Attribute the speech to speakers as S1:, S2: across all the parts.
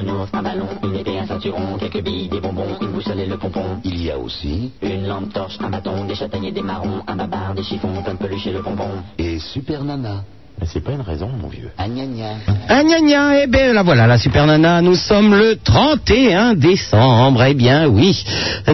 S1: Noce, un ballon, une épée, un ceinturon, quelques billes, des bonbons, une boussole et le pompon.
S2: Il y a aussi
S1: Une lampe torche, un bâton, des châtaigniers, des marrons, un babar, des chiffons, plein de peluches et le bonbon.
S2: et Super Nana.
S3: Mais c'est pas une raison, mon vieux.
S2: Ah, gna, gna.
S4: Ah gna gna, eh bien la voilà, la super nana, nous sommes le 31 décembre, eh bien oui.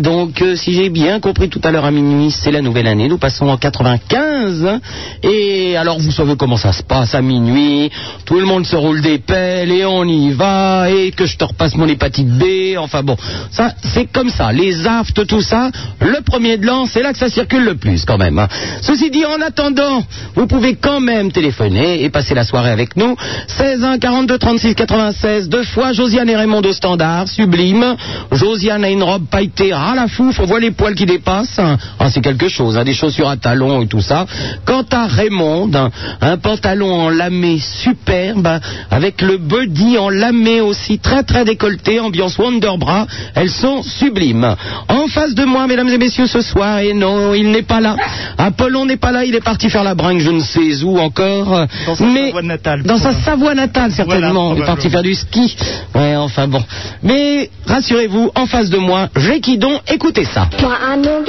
S4: Donc euh, si j'ai bien compris tout à l'heure à minuit, c'est la nouvelle année, nous passons en 95. hein. Et alors vous savez comment ça se passe à minuit, tout le monde se roule des pelles et on y va, et que je te repasse mon hépatite B, enfin bon, ça c'est comme ça, les aftes, tout ça, le premier de l'an, c'est là que ça circule le plus quand même. hein. Ceci dit, en attendant, vous pouvez quand même téléphoner et passer la soirée avec nous. 16 1 42 36 96, deux fois Josiane et Raymond au standard, sublime. Josiane a une robe pailletée à la fouf, on voit les poils qui dépassent. Ah, c'est quelque chose, hein, des chaussures à talons et tout ça. Quant à Raymond, un, un pantalon en lamé superbe, avec le body en lamé aussi, très très décolleté, ambiance Wonderbra. Elles sont sublimes. En face de moi, mesdames et messieurs, ce soir, et non, il n'est pas là. Apollon n'est pas là, il est parti faire la brinque, je ne sais où encore.
S5: Dans sa
S4: Mais-
S5: Savoie natale,
S4: Dans sa
S5: probablement.
S4: Savoie natale, certainement.
S5: Voilà,
S4: il est parti faire du ski. Ouais, enfin bon. Mais rassurez-vous, en face de moi, j'ai qui donc écoutez ça.
S6: Moi à mon bisounours,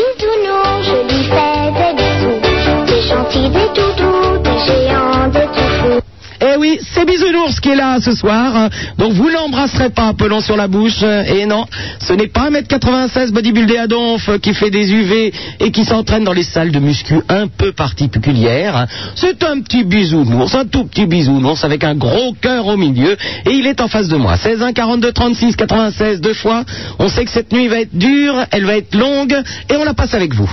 S6: je lui fais des bisous. Des gentils, des toutous, des géants, des tout fous.
S4: Eh oui, c'est Bisounours qui est là ce soir. Donc vous l'embrasserez pas, pelon sur la bouche. Et non, ce n'est pas 1m96 bodybuildé à donf qui fait des UV et qui s'entraîne dans les salles de muscu un peu particulières. C'est un petit Bisounours, un tout petit Bisounours avec un gros cœur au milieu. Et il est en face de moi. 16 1 42 36 96 deux fois. On sait que cette nuit va être dure, elle va être longue et on la passe avec vous.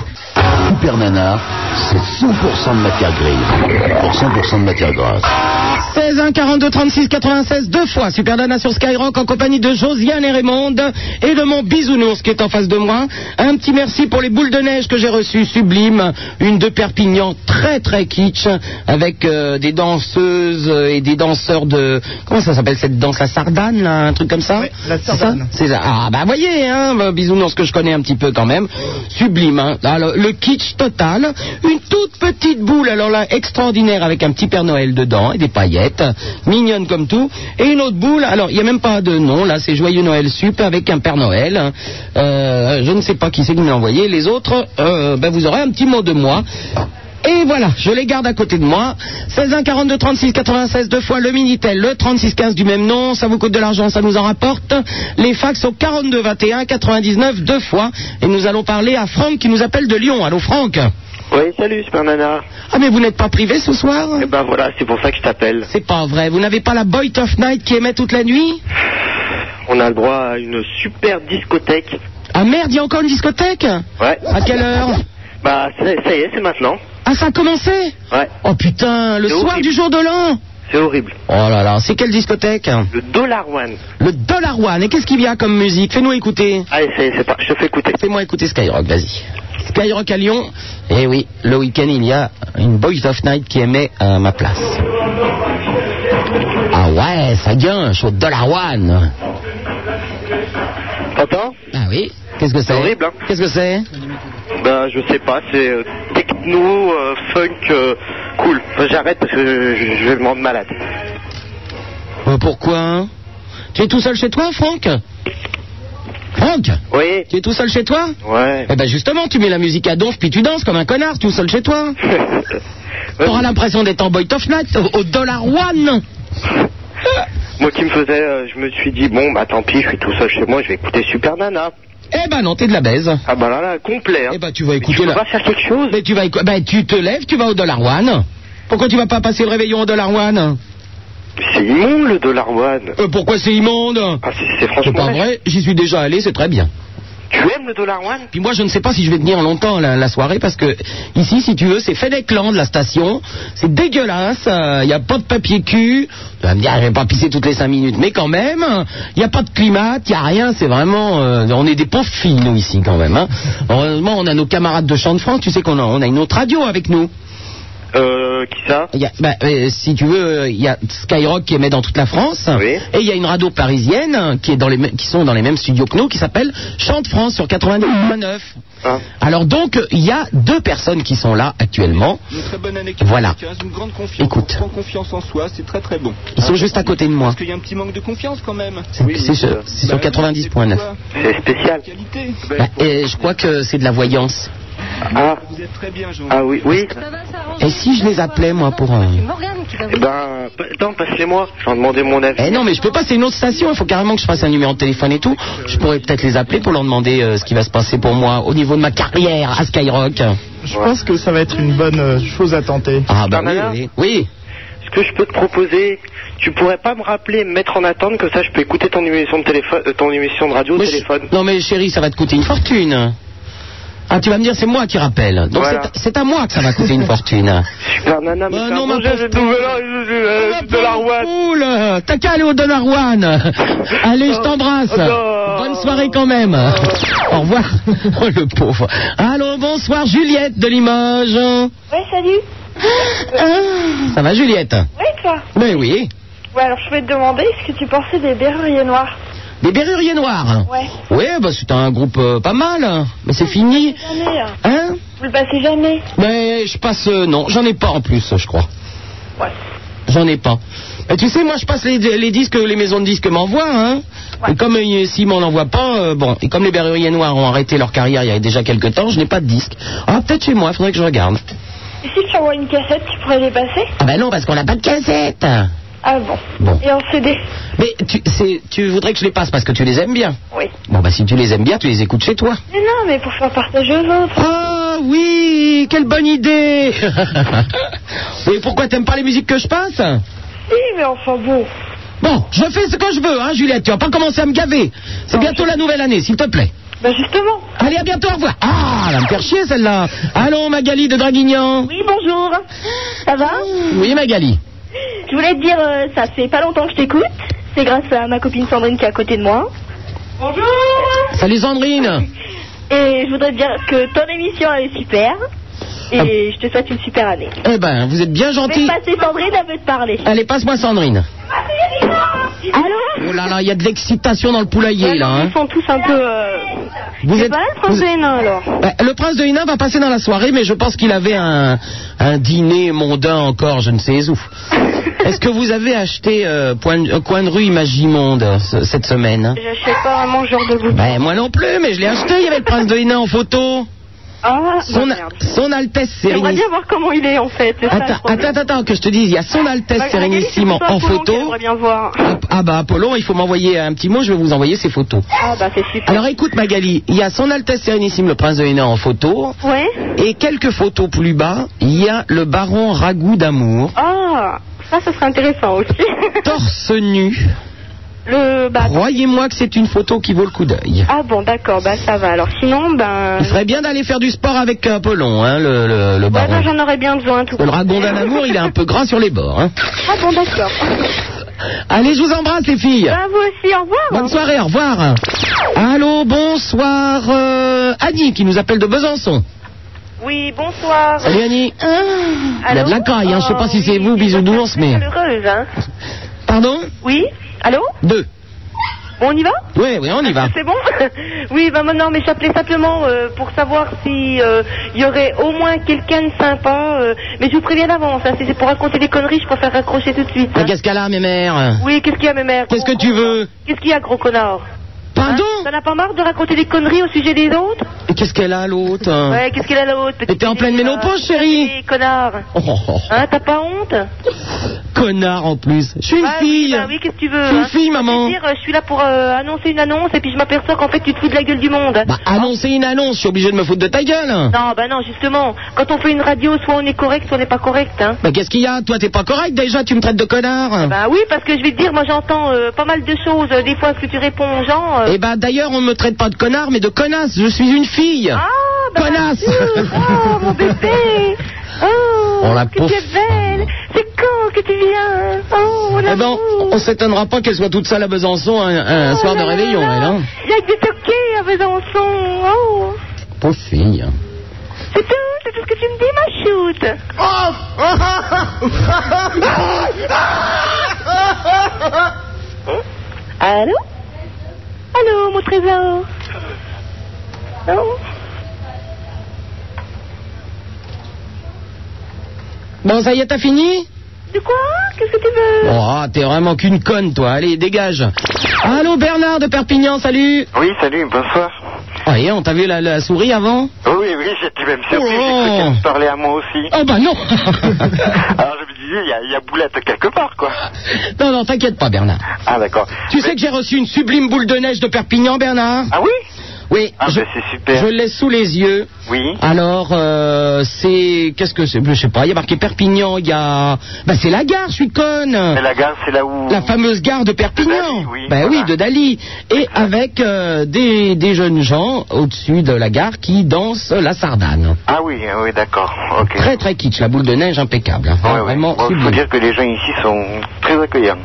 S2: Super Nana, c'est 100% de matière grise pour 100% de matière grasse.
S4: 16 1 42 36 96 deux fois Super Nana sur Skyrock en compagnie de Josiane et Raymond et de mon bisounours qui est en face de moi. Un petit merci pour les boules de neige que j'ai reçues sublimes, une de Perpignan très très kitsch avec euh, des danseuses et des danseurs de comment ça s'appelle cette danse la sardane là, un truc comme ça.
S5: Ouais, la
S4: C'est ça
S5: sardane.
S4: c'est ça. Ah bah voyez, hein, bah, bisounours que je connais un petit peu quand même. Sublime, hein. Ah, le, le kitsch total. Une toute petite boule, alors là, extraordinaire, avec un petit Père Noël dedans et des paillettes, mignonne comme tout. Et une autre boule, alors il n'y a même pas de nom, là, c'est Joyeux Noël Sup avec un Père Noël. hein. Euh, je ne sais pas qui c'est qui me l'a envoyé. Les autres, euh, ben, vous aurez un petit mot de moi. Et voilà, je les garde à côté de moi. 16 1 42 36 96 deux fois le minitel, le 36 15 du même nom, ça vous coûte de l'argent, ça nous en rapporte. Les fax au 42 21 99 deux fois et nous allons parler à Franck qui nous appelle de Lyon. Allô Franck.
S7: Oui, salut Super Nana.
S4: Ah mais vous n'êtes pas privé ce soir
S7: Eh ben voilà, c'est pour ça que je t'appelle.
S4: C'est pas vrai, vous n'avez pas la Boy of Night qui émet toute la nuit
S7: On a le droit à une super discothèque.
S4: Ah merde, il y a encore une discothèque
S7: Ouais.
S4: À quelle heure
S7: Bah c'est- ça y est, c'est maintenant.
S4: Ah ça a commencé
S7: Ouais.
S4: Oh putain, le
S7: C'est
S4: soir
S7: horrible.
S4: du jour de l'an
S7: C'est horrible.
S4: Oh là là, c'est quelle discothèque
S7: Le Dollar One.
S4: Le Dollar One, et qu'est-ce qu'il y a comme musique Fais-nous écouter
S7: Allez, ça y est, c'est pas. Je te fais écouter.
S4: Fais-moi écouter Skyrock, vas-y. Skyrock à Lyon. Et oui, le week-end, il y a une Boys of Night qui émet à ma place. Ah ouais, ça guinche au dollar one.
S7: T'entends
S4: Ah oui. Qu'est-ce que c'est
S7: C'est horrible, hein.
S4: Qu'est-ce que c'est
S7: Bah je sais pas, c'est euh, techno, euh, funk, euh, cool. Enfin, J'arrête parce que je, je vais me rendre malade.
S4: Euh, Pourquoi Tu es tout seul chez toi, Franck Franck
S7: Oui.
S4: Tu es tout seul chez toi
S7: Ouais.
S4: Eh ben justement, tu mets la musique à donf puis tu danses comme un connard tout seul chez toi. T'auras l'impression d'être en Boy of Night au- au dollar one.
S7: Moi qui me faisais, euh, je me suis dit bon bah tant pis, je suis tout seul chez moi, je vais écouter Super Nana.
S4: Eh ben non, t'es de la baise.
S7: Ah bah là là, complet. Hein.
S4: Eh ben tu vas
S7: tu
S4: écouter
S7: peux
S4: la...
S7: pas faire quelque chose
S4: Mais tu vas écou- ben, tu te lèves, tu vas au Dollar One. Pourquoi tu vas pas passer le réveillon au Dollar One
S7: C'est immonde le Dollar One.
S4: Euh, Pourquoi c'est immonde
S7: Ah, c'est c'est
S4: C'est
S7: franchement.
S4: pas
S7: laid.
S4: vrai, j'y suis déjà allé, c'est très bien.
S7: Tu aimes le Dollar One
S4: Puis moi, je ne sais pas si je vais tenir longtemps la, la soirée parce que ici, si tu veux, c'est Fennecland, la station. C'est dégueulasse. Il n'y a pas de papier cul. Tu vas me dire, je vais pas pisser toutes les cinq minutes, mais quand même, il n'y a pas de climat, il n'y a rien. C'est vraiment, euh, on est des pauvres filles nous ici quand même. hein. Heureusement, on a nos camarades de Chant de France. Tu sais qu'on a, on a une autre radio avec nous.
S8: Euh, qui ça
S4: Il y a- bah, euh, si tu veux, euh, il y a Skyrock qui émet dans toute la France.
S8: Oui.
S4: Et il y a une radio parisienne hein, qui, est dans les, mê- qui sont dans les mêmes studios que nous qui s'appelle Chante France sur 99.9.
S8: Hein
S4: Alors donc, euh, il y a deux personnes qui sont là actuellement.
S9: Une très bonne année
S4: Voilà.
S9: 2015, une grande confiance.
S4: Écoute.
S9: On prend confiance en soi, c'est très très bon.
S4: Ils sont juste à côté de moi.
S9: Parce qu'il y a un petit manque de confiance quand même.
S4: C'est c'est sur, c'est sur
S9: Bah,
S4: 90.9.
S9: pourquoi
S8: C'est spécial.
S9: Qualité.
S4: Bah, et je crois que c'est de la voyance.
S8: Ah,
S9: Vous êtes très bien, Jean.
S8: ah oui, oui.
S4: Et si je les appelais, moi, pour un-
S10: C'est Morgane qui va vous
S8: Eh Ben, pa- attends, passez-moi. Je vais en demander mon avis.
S4: Eh non, mais je peux pas, c'est une autre station. Il faut carrément que je fasse un numéro de téléphone et tout. Je pourrais peut-être les appeler pour leur demander euh, ce qui va se passer pour moi au niveau de ma carrière à Skyrock.
S11: Je pense que ça va être une bonne euh, chose à tenter.
S4: Ah bah oui,
S8: Darmanin
S4: oui. Oui.
S8: Ce que je peux te proposer, tu pourrais pas me rappeler, me mettre en attente, comme ça je peux écouter ton émission de téléphone, euh, ton émission de radio au
S4: Mais je-
S8: téléphone.
S4: Non mais chérie, ça va te coûter une fortune. Ah, tu vas me dire, c'est moi qui rappelle. Donc
S8: Voilà.
S4: c'est- c'est à moi que ça va coûter une fortune.
S8: Super nana, mais
S4: Bah
S8: t'as
S4: non, ma
S8: mangé
S4: pauvre-
S8: le nouvel an, euh, de la rouette.
S4: Cool. T'as qu'à aller au Dolarouane. Allez, je t'embrasse.
S8: Oh, non.
S4: Bonne soirée quand même. Au revoir. Oh, le pauvre. Allô, bonsoir Juliette de Limoges.
S12: Ouais, salut.
S4: Ça va Juliette
S12: Ouais, Ah. toi.
S4: Mais oui.
S12: Ouais, alors je voulais te demander ce que tu pensais des berruriers noirs.
S4: Des Berruriers Noirs.
S12: Ouais.
S4: Ouais, bah c'est un groupe euh, pas mal, hein. mais c'est fini.
S12: Jamais, hein.
S4: Hein
S12: Vous le passez jamais.
S4: Mais je passe... euh, non, j'en ai pas en plus, je crois.
S12: Ouais.
S4: J'en ai pas. Mais tu sais, moi, je passe les, les disques, les maisons de disques m'envoient, hein. Et comme euh, s'ils m'en envoient pas, euh, bon, et comme les Berruriers Noirs ont arrêté leur carrière il y a déjà quelques temps, je n'ai pas de disque. Ah, peut-être chez moi, faudrait que je regarde.
S12: Et si tu envoies une cassette, tu pourrais les passer
S4: Ah bah non, parce qu'on n'a pas de cassette.
S12: Ah bon.
S4: Bon.
S12: Et en CD
S4: Mais tu, c'est- tu voudrais que je les passe parce que tu les aimes bien.
S12: Oui.
S4: Bon, bah si tu les aimes bien, tu les écoutes chez toi.
S12: Mais non, mais pour faire partager aux autres.
S4: Ah oui, quelle bonne idée Mais pourquoi t'aimes pas les musiques que je passe
S12: Si, mais enfin bon.
S4: Bon, je fais ce que je veux, hein, Juliette, tu vas pas commencer à me gaver. C'est bientôt la nouvelle année, s'il te plaît.
S12: Bah justement.
S4: Allez, à bientôt, au revoir. Ah, elle va me faire chier, celle-là. Allons, Magali de Draguignan.
S10: Oui, bonjour. Ça va
S4: Oui, Magali.
S10: Je voulais te dire, euh, ça fait pas longtemps que je t'écoute. C'est grâce à ma copine Sandrine qui est à côté de moi.
S12: Bonjour
S4: Salut, Sandrine.
S10: Et je voudrais te dire que ton émission, elle est super.
S4: Ah
S10: Et je te souhaite une super année.
S4: Eh ben, vous êtes bien
S10: Je vais
S4: gentil.
S10: passer Sandrine, elle veut te parler.
S4: Allez, passe-moi Sandrine.
S10: Allô
S4: Oh là là, il y a de l'excitation dans le poulailler, là. hein.
S10: Ils sont tous un peu... Euh...
S4: Vous
S10: c'est
S4: êtes-
S10: pas le prince
S4: vous-
S10: de Hénin, alors
S4: Bah, le prince de Hénin va passer dans la soirée, mais je pense qu'il avait un, un dîner mondain encore, je ne sais où. Est-ce que vous avez acheté euh, point de- euh, coin de rue Imagimonde ce- cette semaine hein
S12: J'achète pas vraiment ce genre de bouquin.
S4: Ben, Moi non plus, mais je l'ai acheté. Il y avait le prince de Hénin en photo.
S12: Ah,
S4: Son,
S12: bah, merde.
S4: son Altesse
S12: J'aimerais
S4: Sérénissime.
S12: bien voir comment il est en fait. c'est ça, le
S4: Attends,
S12: problème.
S4: attends, attends, que je te dise, il y a son Altesse
S12: Bah,
S4: Sérénissime en,
S12: Magali, c'est plutôt Apollon qu'elle
S4: en photo.
S12: aimerait bien voir.
S4: Ah, Ah bah Apollon, il faut m'envoyer un petit mot, je vais vous envoyer ses photos.
S12: Ah bah c'est super.
S4: Alors écoute Magali, il y a son Altesse Sérénissime, le prince de Hénin en photo,
S12: Ouais.
S4: Et quelques photos plus bas, il y a le baron Ragout d'amour,
S12: Ah, ça, ça serait intéressant aussi.
S4: torse nu.
S12: Le bah.
S4: Croyez-moi que c'est une photo qui vaut le coup d'œil.
S12: Ah bon, d'accord, bah ça va. Alors sinon, ben.
S4: Il ferait bien d'aller faire du sport avec un Apollon, hein, le, le, le
S12: Ouais,
S4: baron.
S12: Bah non, j'en aurais bien besoin tout.
S4: Le dragon d'un amour, il est un peu gras sur les bords. hein.
S12: Ah bon, d'accord.
S4: Allez, je vous embrasse les filles.
S12: Bah vous aussi, au revoir.
S4: Bonne soirée, au revoir. Allô, bonsoir euh, Annie qui nous appelle de Besançon.
S12: Oui, bonsoir.
S4: Salut Annie.
S12: Ah,
S4: Il y a de la caille, hein, je sais pas si
S12: Oh,
S4: c'est vous, bisounours, mais...
S12: Heureuse, hein.
S4: Pardon
S12: Oui. Allô
S4: Deux.
S12: Bon, on y va
S4: Oui, oui, on y va.
S12: C'est bon Oui, ben non, mais j'appelais simplement euh, pour savoir si euh, il y aurait au moins quelqu'un de sympa. euh, mais je vous préviens d'avance, hein, si c'est pour raconter des conneries, je préfère raccrocher tout de suite.
S4: Ah,
S12: hein.
S4: Qu'est-ce qu'elle a, mes mères
S12: Oui, qu'est-ce qu'il y a, mes mères
S4: Qu'est-ce que tu veux
S12: Qu'est-ce qu'il y a, gros connard Hein
S4: Pardon
S12: T'en as pas marre de raconter des conneries au sujet des autres
S4: Et Qu'est-ce qu'elle a l'autre hein
S12: Ouais, qu'est-ce qu'il a l'autre
S4: Mais t'es en pleine ménopause, chérie.
S12: Oui, connard
S4: Oh, oh, oh.
S12: Hein, t'as pas honte
S4: Connard en plus. Je suis une
S12: Ouais, oui,
S4: fille.
S12: bah oui, qu'est-ce que tu veux
S4: Je suis une
S12: hein.
S4: fille, maman.
S12: Je veux dire, euh, je suis là pour euh, annoncer une annonce et puis je m'aperçois qu'en fait tu te fous de la gueule du monde.
S4: Bah annoncer une annonce, je suis obligé de me foutre de ta gueule.
S12: Non, bah non, justement, quand on fait une radio, soit on est correct, soit on n'est pas correct, hein.
S4: Bah qu'est-ce qu'il y a Toi t'es pas correct déjà, tu me traites de connard.
S12: Bah oui, parce que je vais te dire, moi j'entends euh, pas mal de choses, euh, des fois ce que tu réponds aux gens. euh,
S4: Et bah d'ailleurs on me traite pas de connard mais de connasse, je suis une fille.
S12: Ah,
S4: Euh,
S12: bah
S4: Connasse.
S12: bien sûr. Oh, mon bébé Oh,
S4: Oh, la
S12: que
S4: pauvre.
S12: tu es belle C'est quand que tu viens Oh,
S4: Eh
S12: la
S4: ben, on s'étonnera pas qu'elle soit toute seule à Besançon un,
S12: oh
S4: un soir de réveillon, elle, hein.
S12: J'ai des toquets à Besançon. Oh.
S4: Pauvre fille.
S12: C'est tout, c'est tout ce que tu me dis, ma
S8: août.
S4: Oh.
S8: Allô Allô, mon trésor Non
S12: Oh,
S4: Bon, ça y est, t'as fini
S8: De quoi
S12: Ah,
S8: Qu'est-ce que tu veux
S12: Euh.
S4: Oh, t'es vraiment qu'une conne, toi. Allez, dégage. Allô, Bernard de Perpignan, salut.
S7: Oui, salut, bonsoir.
S4: Oh, et on t'a vu la, la souris avant
S7: Oui, oui, j'étais même surpris, j'ai
S4: Oh.
S7: cru qu'elle me parlait à moi aussi.
S4: Oh, bah non
S7: Alors je me disais, il y a- il y, a boulette quelque part, quoi.
S4: Non, non, t'inquiète pas, Bernard.
S7: Ah, d'accord.
S4: Tu sais que j'ai reçu une sublime boule de neige de Perpignan, Bernard
S7: Ah oui
S4: Oui,
S7: Ah,
S4: je,
S7: bah, c'est super.
S4: je l'ai sous les yeux.
S7: Oui.
S4: Alors, euh, c'est. Qu'est-ce que c'est Je sais pas, il y a marqué Perpignan, il y a. Bah, c'est la gare, je suis conne
S7: Mais la gare, c'est là où...
S4: La fameuse gare de Perpignan.
S7: De Dali, oui,
S4: ben
S7: voilà.
S4: oui, de Dali. Et avec euh, des, des jeunes gens au-dessus de la gare qui dansent la sardane.
S7: Ah oui, ah oui, d'accord, ok.
S4: Très très kitsch, la boule de neige impeccable.
S7: Ouais,
S4: Ah,
S7: ouais.
S4: Vraiment
S7: Bon, faut
S4: sublime.
S7: dire que les gens ici sont très accueillants.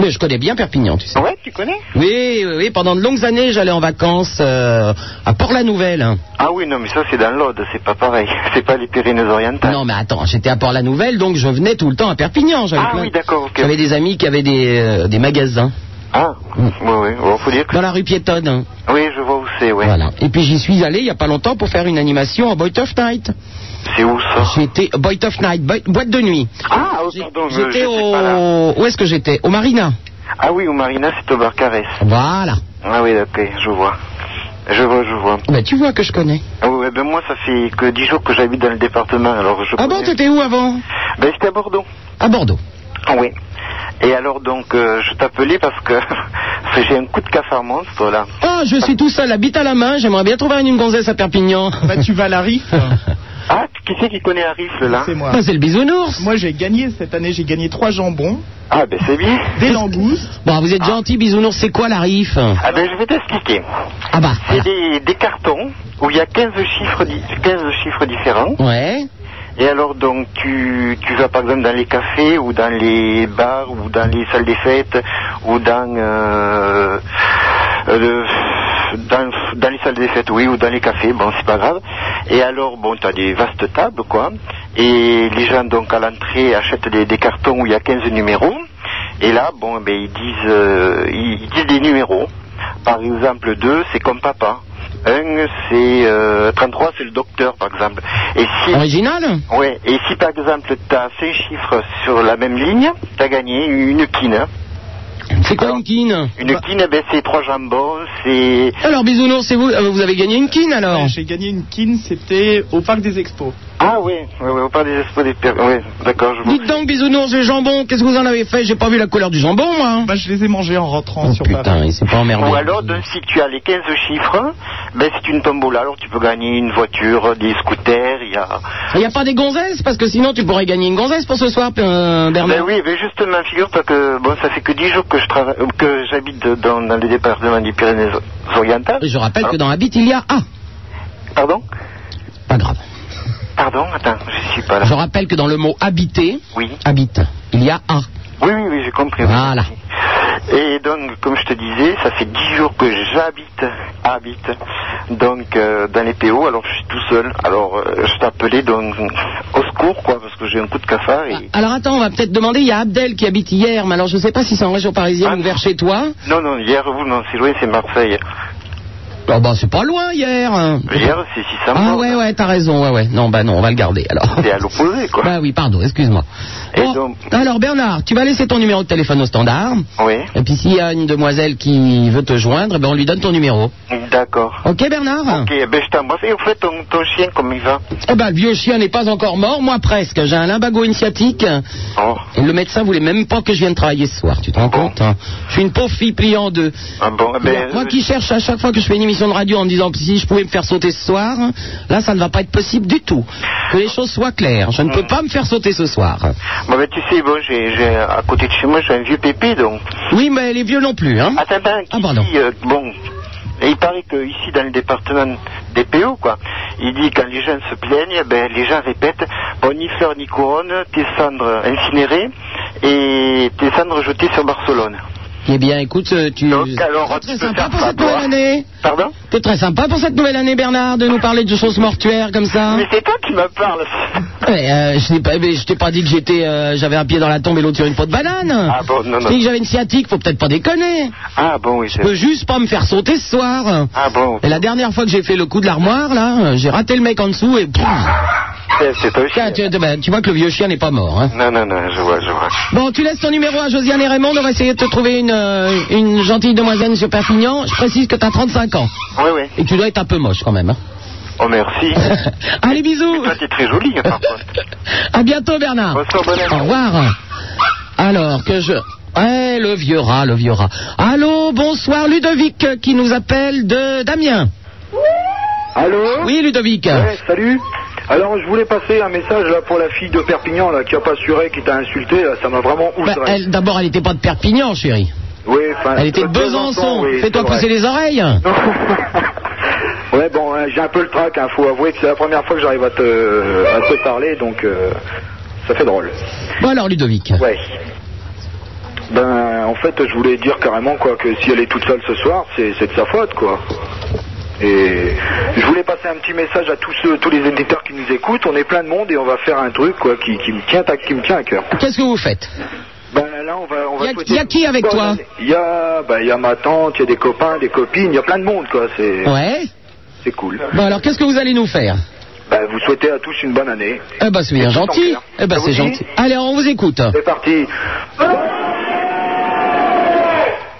S4: Mais je connais bien Perpignan, tu sais.
S7: Ouais, tu connais
S4: Oui, oui, oui, pendant de longues années, j'allais en vacances euh, à Port-la-Nouvelle. hein.
S7: Ah oui, non, mais ça c'est dans l'Aude, c'est pas pareil. C'est pas les Pyrénées-Orientales.
S4: Non, mais attends, j'étais à Port-la-Nouvelle, donc je venais tout le temps à Perpignan. J'avais
S7: Ah
S4: plein-
S7: oui, d'accord, ok.
S4: J'avais des amis qui avaient des, euh, des magasins
S7: Ah, oui, oui, bon, faut dire que...
S4: dans la rue piétonne. hein.
S7: Oui, je vois où c'est, ouais.
S4: Voilà. Et puis j'y suis allé il y a pas longtemps pour faire une animation en Boy of Night.
S7: C'est où ça
S4: J'étais Boy of Night, boi- boîte de nuit.
S7: Ah, oh,
S4: J'ai-
S7: pardon, je-
S4: J'étais
S7: j'étais pas là.
S4: au. Où est-ce que j'étais Au Marina.
S7: Ah oui, au Marina, c'est au Barcarès.
S4: Voilà.
S7: Ah oui, ok, je vois. Je vois, je vois.
S4: Bah, tu vois que je connais.
S7: Ah oui, eh ben moi, ça fait que 10 jours que j'habite dans le département, alors je
S4: Ah bon,
S7: connais-
S4: t'étais où avant
S7: Ben, j'étais à Bordeaux.
S4: À Bordeaux.
S7: Ah oui. Et alors, donc, euh, je t'appelais parce que parce que j'ai un coup de cafard monstre, là.
S4: Ah, je suis tout seul, la bite à la main, j'aimerais bien trouver une gonzesse à Perpignan.
S13: Bah, tu vas à la RIF.
S7: Ah, qui c'est qui connaît la rifle, là
S13: C'est moi.
S4: Ah, c'est le bisounours.
S13: Moi, j'ai gagné cette année, j'ai gagné trois jambons,
S7: Ah, ben c'est bien.
S13: des langoustes.
S4: Bon, vous êtes
S11: Ah.
S4: gentil, bisounours, c'est quoi la rif
S7: Ah ben, je vais t'expliquer.
S4: Ah bah.
S7: C'est
S4: voilà.
S7: des, des cartons où il y a 15 chiffres, di- 15 chiffres différents.
S4: Ouais.
S7: Et alors donc tu, tu vas par exemple dans les cafés ou dans les bars ou dans les salles des fêtes ou dans euh, euh, le- dans, dans les salles des fêtes oui ou dans les cafés bon c'est pas grave et alors bon tu as des vastes tables quoi et les gens donc à l'entrée achètent des, des cartons où il y a 15 numéros et là bon ben ils disent euh, ils ils disent des numéros par exemple deux c'est comme papa un c'est euh, 33 c'est le docteur par exemple et
S4: Ah
S7: si
S4: Original
S7: Ouais, et si par exemple tu as 5 chiffres sur la même ligne, tu as gagné une quine.
S4: C'est quoi une Bah quine
S7: Une quine, ben, c'est trois jambons, c'est.
S4: Alors, bisounours, c'est vous, euh, vous avez gagné une quine alors
S13: Ouais, J'ai gagné une kin, c'était au parc des expos.
S7: Ah ouais, ouais, ouais, on parle des expos des per- Ouais, d'accord, je vous.
S4: Dites donc, bisounours, le jambon, qu'est-ce que vous en avez fait J'ai pas vu la couleur du jambon, moi. hein.
S13: Bah, je les ai mangés en rentrant
S4: Oh
S13: sur
S4: putain,
S13: Paris.
S4: il s'est pas emmerdé.
S7: Ou alors, donc, si tu as les 15 chiffres, ben, c'est une tombola, alors tu peux gagner une voiture, des scooters, il y a.
S4: Il n'y a pas des gonzesses Parce que sinon, tu pourrais gagner une gonzesse pour ce soir, euh, Bernard.
S7: Ben oui, ben justement, figure-toi que bon, ça fait que 10 jours que je travaille, euh, que j'habite dans, dans le département des Pyrénées-Orientales.
S4: Et Je rappelle
S7: Ah,
S4: que dans la bite, il y a A.
S7: Pardon
S4: Pas grave.
S7: Pardon, attends, je suis pas là.
S4: Je rappelle que dans le mot habiter,
S7: Oui.
S4: habite, il y a A.
S7: Oui, oui, oui, j'ai compris. oui.
S4: Voilà.
S7: Et donc, comme je te disais, ça fait dix jours que j'habite, habite, donc euh, dans les PO, alors je suis tout seul. Alors, euh, je t'appelais donc au secours, quoi, parce que j'ai un coup de cafard et...
S4: Alors attends, on va peut-être demander, il y a Abdel qui habite hier, mais alors je ne sais pas si c'est en région parisienne
S7: Ah.
S4: ou vers chez toi.
S7: Non, non, hier, vous, non, c'est loin, c'est Marseille.
S4: Ah bah c'est pas loin hier. hein.
S7: Hier, c'est 600
S4: Ah
S7: bornes.
S4: ouais, ouais, t'as raison, ouais, ouais. Non, bah non, on va le garder alors.
S7: C'est à l'opposé, quoi.
S4: Bah oui, pardon, excuse-moi.
S7: Et
S4: Bon,
S7: donc-
S4: alors Bernard, tu vas laisser ton numéro de téléphone au standard.
S7: Oui,
S4: Et puis s'il y a une demoiselle qui veut te joindre, eh ben on lui donne ton numéro.
S7: d'accord.
S4: Ok Bernard
S7: Ok, ben je t'embrasse. Et au fait, ton, ton chien, comment il va
S4: Eh ben, le vieux chien n'est pas encore mort, moi presque. J'ai un limbago initiatique. Et
S7: Oh,
S4: le médecin voulait même pas que je vienne travailler ce soir,
S8: Oh.
S4: tu te rends compte hein Je suis une pauvre fille pliée en deux.
S7: ah bon, eh ben...
S4: Alors,
S8: euh,
S4: moi qui cherche à chaque fois que je fais une émission de radio en me disant si je pouvais me faire sauter ce soir, là ça ne va pas être possible du tout. Que les choses soient claires, je ne
S8: Mm.
S4: peux pas me faire sauter ce soir.
S7: Bon, ben, tu sais, bon, j'ai, j'ai- à côté de chez moi, j'ai un vieux pépé, donc...
S4: Oui, mais les vieux non plus, hein
S7: Attends, ben,
S4: Ah,
S7: qui
S4: pardon.
S7: dit, euh, bon, et il paraît que ici dans le département des PO, quoi, il dit quand les gens se plaignent, ben, les gens répètent, bon, ni fleur ni couronne, tes cendres incinérées et tes cendres jetées sur Barcelone.
S4: Eh bien, écoute, euh, tu.
S8: Donc, alors,
S4: T'es très sympa pour cette nouvelle année.
S8: Pardon
S4: T'es très sympa pour cette nouvelle année, Bernard, de nous parler de choses mortuaires comme ça.
S8: Mais c'est toi qui me parles.
S4: Mais, euh, je n'ai pas, mais je t'ai pas dit que j'étais, euh, j'avais un pied dans la tombe et l'autre sur une peau de banane.
S8: Ah bon, non,
S4: Je
S8: non.
S4: t'ai dit que j'avais une sciatique, faut peut-être pas déconner.
S8: Ah bon, oui,
S4: Je
S8: c'est
S4: peux juste pas me faire sauter ce soir.
S8: Ah bon,
S4: Et la dernière fois que j'ai fait le coup de l'armoire, là, euh, j'ai raté le mec en dessous et. pouf
S8: c'est Eh, c'est toi aussi.
S4: Tiens, tu, ben, tu vois que le vieux chien n'est pas mort. Hein.
S8: Non, non, non, je vois, je vois.
S4: Bon, tu laisses ton numéro à Josiane et Raymond, on va essayer de te trouver une, euh, une gentille demoiselle sur Perpignan. Je précise que t'as 35 ans.
S8: Oui, oui.
S4: Et tu dois être un peu moche quand même. hein.
S8: Oh, merci.
S4: Allez,
S8: Mais
S4: bisous
S8: toi, t'es très jolie, hein, par contre.
S4: À bientôt, Bernard
S8: Bonsoir, bonne année.
S4: Au revoir Alors, que je... Ouais, le vieux rat, le vieux rat. Allô, bonsoir, Ludovic euh, qui nous appelle de Damien.
S11: Allô
S4: Oui, Ludovic
S11: Ouais, salut. Alors, je voulais passer un message là pour la fille de Perpignan là qui a pas assuré, qui t'a insulté. Là, ça m'a vraiment
S4: Bah,
S11: outré.
S4: elle- D'abord, elle n'était pas de Perpignan, chérie.
S11: Oui, enfin,
S4: Elle était de
S11: Besançon,
S4: Besançon.
S11: oui,
S4: Fais-toi
S11: c'est vrai.
S4: pousser les oreilles.
S11: ouais, bon, hein, j'ai un peu le trac. Hein, faut avouer que c'est la première fois que j'arrive à te, à te parler, donc euh, ça fait drôle.
S4: Bon alors, Ludovic.
S11: Ouais. Ben, en fait, je voulais dire carrément quoi que si elle est toute seule ce soir, c'est c'est de sa faute quoi. Et je voulais passer un petit message à tous ceux, tous les éditeurs qui nous écoutent. On est plein de monde et on va faire un truc quoi qui, qui me tient à, qui me tient à cœur.
S4: Qu'est-ce que vous faites
S11: Ben là, on va, on va.
S4: Y a-
S11: souhaiter-
S4: y a qui avec
S11: Bonne
S4: toi
S11: année. Il y a, ben, il y a ma tante, il y a des copains, des copines, il y a plein de monde quoi. C'est,
S4: Ouais.
S11: c'est cool.
S4: Bon alors, qu'est-ce que vous allez nous faire
S11: Ben, vous souhaitez à tous une bonne année.
S4: Eh ben, c'est bien
S11: C'est
S4: gentil.
S11: gentil.
S4: Eh ben,
S11: hein. Ça vous
S4: c'est
S11: dit
S4: gentil. Allez, on vous écoute.
S11: C'est parti.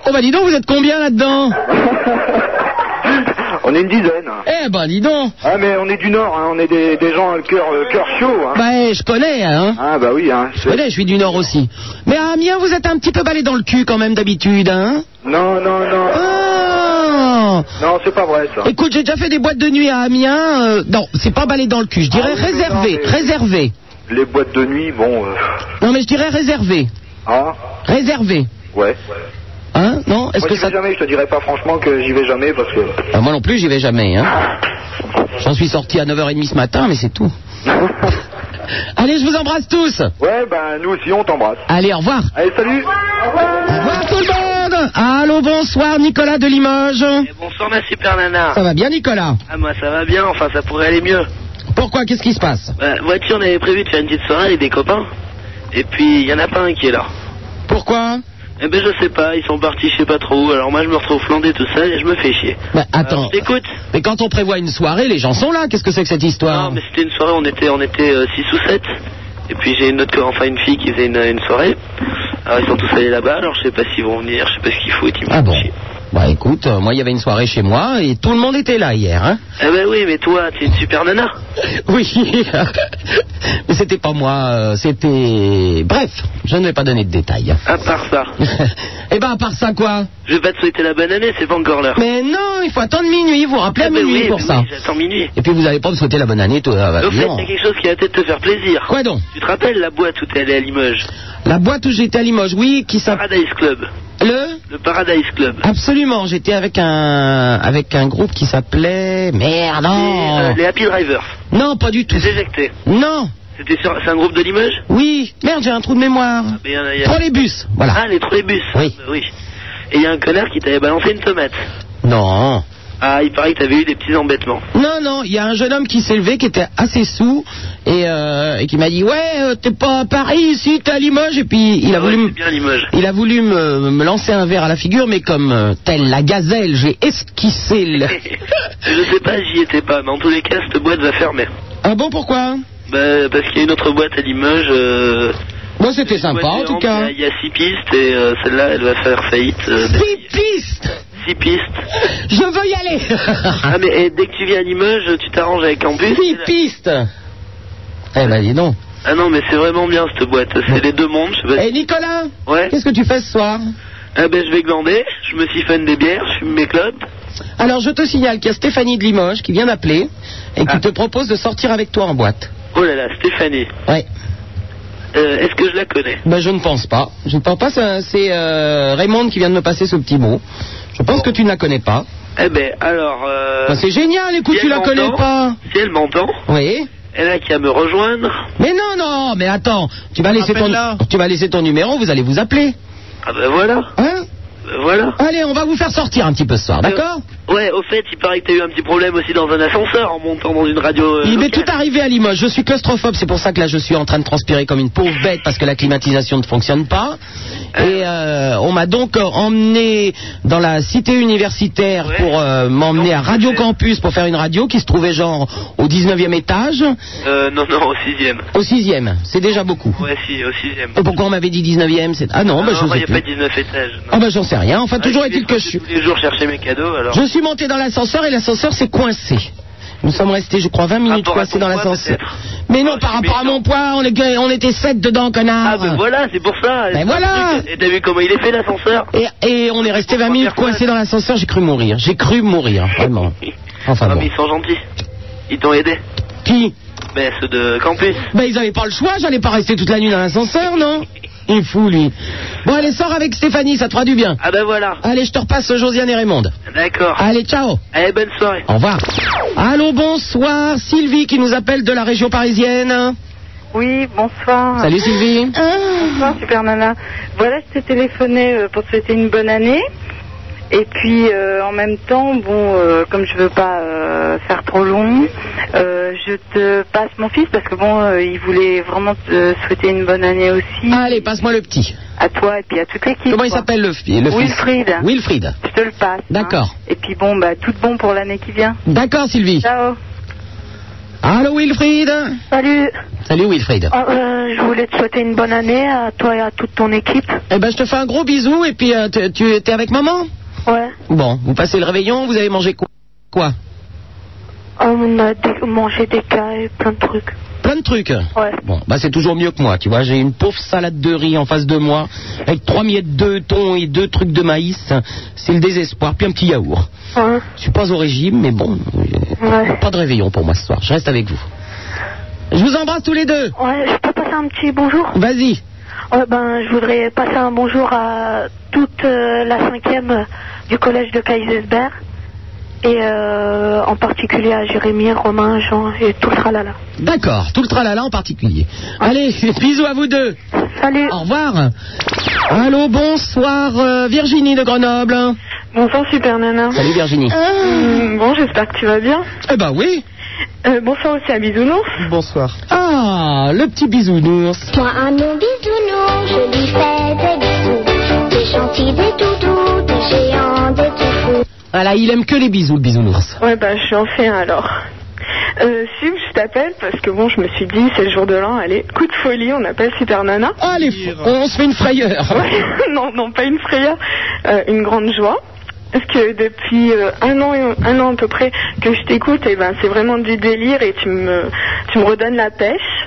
S4: Oh bah dis donc, vous êtes combien là-dedans
S11: on est une dizaine. hein.
S4: Eh ben, dis donc.
S11: Ah mais on est du Nord, hein, on est des, des gens le cœur euh, cœur chaud. Hein.
S4: Bah, eh, je connais, hein.
S11: Ah bah oui, hein.
S4: Je connais, je suis du Nord aussi. Mais à Amiens, vous êtes un petit peu balé dans le cul quand même d'habitude, hein
S11: Non, non, non.
S4: Oh
S11: Non, c'est pas vrai ça.
S4: Euh. Écoute, j'ai déjà fait des boîtes de nuit à Amiens. euh, non, c'est pas balé dans le cul, je dirais
S11: Ah oui, mais
S4: réservé,
S11: non, mais-
S4: réservé.
S11: Les boîtes de nuit, bon... Euh...
S4: Non, mais je dirais réservé,
S11: Ah
S4: réservé.
S11: Ouais.
S4: Hein Non Est-ce que
S11: Moi j'y vais
S4: ça
S11: jamais, je te dirais pas franchement que j'y vais jamais parce que...
S4: Ah, Moi non plus, j'y vais jamais, hein. J'en suis sorti à 9h30 ce matin, mais c'est tout. Allez, je vous embrasse tous.
S11: ouais, ben nous aussi on t'embrasse.
S4: Allez, au revoir.
S11: Allez, salut
S4: Au revoir tout le monde. Allô, bonsoir, Nicolas de Limoges.
S9: Bonsoir ma super nana.
S4: Ça va bien, Nicolas
S9: Ah moi ça va bien, enfin ça pourrait aller mieux.
S4: Pourquoi Qu'est-ce qui se passe
S9: Bah, voiture, on avait prévu de faire une petite soirée avec des copains. Et puis il y en a pas un qui est là.
S4: Pourquoi
S9: Eh ben je sais pas, ils sont partis je sais pas trop où. Alors moi je me retrouve flandé tout seul et je me fais chier.
S4: Bah, attends.
S9: Alors, je t'écoute.
S4: Mais quand on prévoit une soirée, les gens sont là. Qu'est-ce que c'est que cette histoire
S9: Non mais c'était une soirée, on était on était 6 ou 7. Et puis j'ai une autre co- enfin une fille qui faisait une, une soirée. Alors ils sont tous allés là-bas, alors je sais pas s'ils vont venir, je sais pas ce qu'ils foutent, ils me
S4: Ah
S9: font
S4: bon
S9: chier.
S4: Bah écoute, euh, moi il y avait une soirée chez moi et tout le monde était là hier. Hein
S9: Eh ben oui mais toi t'es une super nana.
S4: oui. mais c'était pas moi, euh, c'était... Bref, je ne vais pas donner de détails. hein.
S9: À part ça.
S4: Eh ben à part ça quoi
S9: Je vais pas te souhaiter la bonne année, c'est pas encore l'heure.
S4: Mais non, il faut attendre minuit, vous rappelez à
S9: Eh ben
S4: minuit
S9: oui,
S4: pour
S9: ben
S4: ça.
S9: oui, J'attends minuit.
S4: Et puis vous allez pas me souhaiter la bonne année, tout ah, bah,
S9: Au fait,
S4: non.
S9: il y a quelque chose qui va peut-être te faire plaisir.
S4: Quoi donc
S9: Tu te rappelles la boîte où t'es allé à Limoges
S4: La boîte où j'étais à Limoges, oui, qui s'appelle...
S9: Paradise Club.
S4: Le
S9: Le Paradise Club.
S4: Absolument, j'étais avec un avec un groupe qui s'appelait merde.
S9: Et,
S4: Non,
S9: euh, les Happy Drivers.
S4: Oh. non pas du tout.
S9: Les éjectés.
S4: Non,
S9: C'était sur... C'est un groupe de Limoges
S4: oui, merde, j'ai un trou de mémoire.
S9: Mais il y en a- il y a-
S4: Trolleybus, voilà.
S9: Ah, les trolleybus.
S4: Oui.
S9: Euh, oui. Et il y a un connard qui t'avait balancé une tomate.
S4: Non.
S9: Ah, il paraît que t'avais eu des petits embêtements.
S4: Non, non, il y a un jeune homme qui s'est levé, qui était assez sous, et, euh, et qui m'a dit Ouais, euh, t'es pas à Paris ici, t'es à Limoges. Et puis il a
S9: Ouais,
S4: voulu,
S9: c'est bien Limoges.
S4: il a voulu me, me lancer un verre à la figure, mais comme euh, telle la gazelle, j'ai esquissé le.
S9: Je sais pas, j'y étais pas, mais en tous les cas, cette boîte va fermer.
S4: ah bon, pourquoi
S9: Bah, parce qu'il y a une autre boîte à Limoges. euh,
S4: Moi, c'était
S9: une boîte
S4: sympa en tout
S9: géante,
S4: cas.
S9: Il y a 6 pistes et euh, celle-là, elle va faire faillite.
S4: Pipiste
S9: 6 pistes.
S4: Je veux y aller
S9: Ah mais eh, dès que tu viens à Limoges, tu t'arranges avec Campus.
S4: Pipiste Eh ben dis donc.
S9: Ah non mais c'est vraiment bien cette boîte. C'est les deux mondes. Je sais
S4: Eh
S9: pas si-
S4: Nicolas
S9: Ouais.
S4: Qu'est-ce que tu fais ce soir
S9: Ah ben je vais glander. Je me siphonne des bières. Je fume mes clopes.
S4: Alors je te signale qu'il y a Stéphanie de Limoges qui vient d'appeler et qui
S9: Ah.
S4: te propose de sortir avec toi en boîte.
S9: Oh là là, Stéphanie.
S4: Ouais.
S9: Euh, Est-ce que je la connais
S4: Ben je ne pense pas. Je ne pense pas. ça- C'est euh, Raymond qui vient de me passer ce petit mot. Je pense que tu ne la connais pas.
S9: Eh ben alors. Euh,
S4: Ben, c'est génial, écoute,
S9: si
S4: tu
S9: elle
S4: la connais
S9: m'entend-
S4: pas.
S9: Si elle m'entend,
S4: Oui.
S9: elle a qu'à me rejoindre.
S4: Mais non, non, mais attends, tu vas laisser ton,
S14: Rappelle-la.
S4: tu vas laisser ton numéro, vous allez vous appeler.
S9: Ah ben voilà.
S4: Hein
S9: Voilà. Euh,
S4: Allez, on va vous faire sortir un petit peu ce soir, d'accord
S9: Ouais, au fait, il paraît que t'as eu un petit problème aussi dans un ascenseur en montant dans une radio. euh,
S4: Il m'est
S9: locale.
S4: tout arrivé à Limoges. Je suis claustrophobe, c'est pour ça que là je suis en train de transpirer comme une pauvre bête parce que la climatisation ne fonctionne pas. Et euh, on m'a donc euh, emmené dans la cité universitaire pour euh, m'emmener à Radio Campus pour faire une radio qui se trouvait genre au 19e étage,
S9: Euh, non, non, au sixième.
S4: au 6e. C'est déjà beaucoup.
S9: Ouais, si, au sixième.
S4: Et Oh, pourquoi on m'avait dit 19e c'est- Ah non, bah, je
S9: il
S4: sais
S9: n'y a
S4: plus.
S9: pas 19 étages. non.
S4: Ah bah j'en sais rien. Enfin,
S9: Ah,
S4: toujours
S9: vais
S4: est-il que je suis...
S9: tous les jours chercher mes cadeaux, alors.
S4: Je suis monté dans l'ascenseur et l'ascenseur s'est coincé. Nous sommes restés, je crois, 20 minutes
S9: Rapport à
S4: coincés
S9: ton
S4: dans
S9: poids,
S4: l'ascenseur.
S9: peut-être.
S4: Mais non, par rapport à mon poids, on, est- on était 7 dedans, connard.
S9: Ah, ben voilà, c'est pour ça.
S4: Ben
S9: Et-
S4: voilà.
S9: Et t'as vu comment il est fait l'ascenseur
S4: et, et on est resté 20 minutes coincés dans l'ascenseur, j'ai cru mourir. J'ai cru mourir, vraiment. Enfin
S9: Ah,
S4: bon.
S9: mais ils sont gentils. Ils t'ont aidé.
S4: Qui
S9: Ben, ceux de campus.
S4: Ben ils avaient pas le choix, j'allais pas rester toute la nuit dans l'ascenseur, non Il est fou, lui. Bon, allez, sors avec Stéphanie, ça te fera du bien.
S9: Ah ben voilà.
S4: Allez, je te repasse Josiane et Raymond.
S9: D'accord.
S4: Allez, ciao.
S9: Allez, bonne soirée.
S4: Au revoir. Allô, bonsoir. Sylvie qui nous appelle de la région parisienne.
S15: Oui, bonsoir. Ah,
S4: Salut, Sylvie.
S15: Bonsoir Super Nana. Voilà, je te téléphonais euh, pour te souhaiter une bonne année. Et puis euh, en même temps, bon, euh, comme je veux pas euh, faire trop long, euh, je te passe mon fils parce que bon, euh, il voulait vraiment te souhaiter une bonne année aussi.
S4: Allez, passe-moi le petit.
S15: À toi et puis à toute l'équipe.
S4: Comment il
S15: quoi.
S4: s'appelle le, fi- le fils
S15: Wilfried.
S4: Wilfried.
S15: Je te le passe. hein.
S4: D'accord.
S15: Et puis bon, bah tout bon pour l'année qui vient.
S4: D'accord, Sylvie.
S15: Ciao.
S4: Allô, Wilfried.
S16: Salut.
S4: Salut, Wilfried.
S16: Ah, euh, je voulais te souhaiter une bonne année à toi et à toute ton équipe.
S4: Eh ben, je te fais un gros bisou et puis euh, tu tu- t'es avec maman
S16: Ouais.
S4: Bon, vous passez le réveillon, vous avez mangé quoi Quoi
S16: Ah, On a dé- mangé des cailles, plein de trucs.
S4: Plein de trucs.
S16: Ouais.
S4: Bon, bah c'est toujours mieux que moi, tu vois. J'ai une pauvre salade de riz en face de moi avec trois miettes de thon et deux trucs de maïs. C'est le désespoir. Puis un petit yaourt.
S16: Ouais.
S4: Je suis pas au régime, mais bon, euh, pas de réveillon pour moi ce soir. Je reste avec vous. Je vous embrasse tous les deux.
S16: Ouais, je peux passer un petit bonjour
S4: Vas-y.
S16: Ouais, ben, je voudrais passer un bonjour à toute euh, la cinquième euh, du collège de Kaisersberg. Et euh, en particulier à Jérémy, Romain, Jean et tout le tralala.
S4: D'accord, tout le tralala en particulier. Allez, bisous à vous deux.
S16: Salut.
S4: Au revoir. Allô, bonsoir euh, Virginie de Grenoble.
S17: Bonsoir Super Nana.
S4: Salut Virginie.
S17: Hum, Bon, j'espère que tu vas bien.
S4: Eh ben oui.
S17: Euh, bonsoir aussi à Bisounours.
S4: Bonsoir. Ah, le petit bisounours.
S6: Moi, à mon bisounours, je lui fais des bisous. Des gentils, des toutous, des géants, des tout fous.
S4: Voilà, il aime que les bisous, le bisounours.
S17: Ouais, bah, je suis en fais un alors. Euh, Sub, je t'appelle parce que bon, je me suis dit, c'est le jour de l'an, allez, coup de folie, on appelle Super Nana.
S4: Allez, Ah, on se fait une frayeur.
S17: non, non, pas une frayeur, euh, une grande joie. Parce que depuis euh, un an, et- un an à peu près que je t'écoute, et ben c'est vraiment du délire et tu me, tu me redonnes la pêche.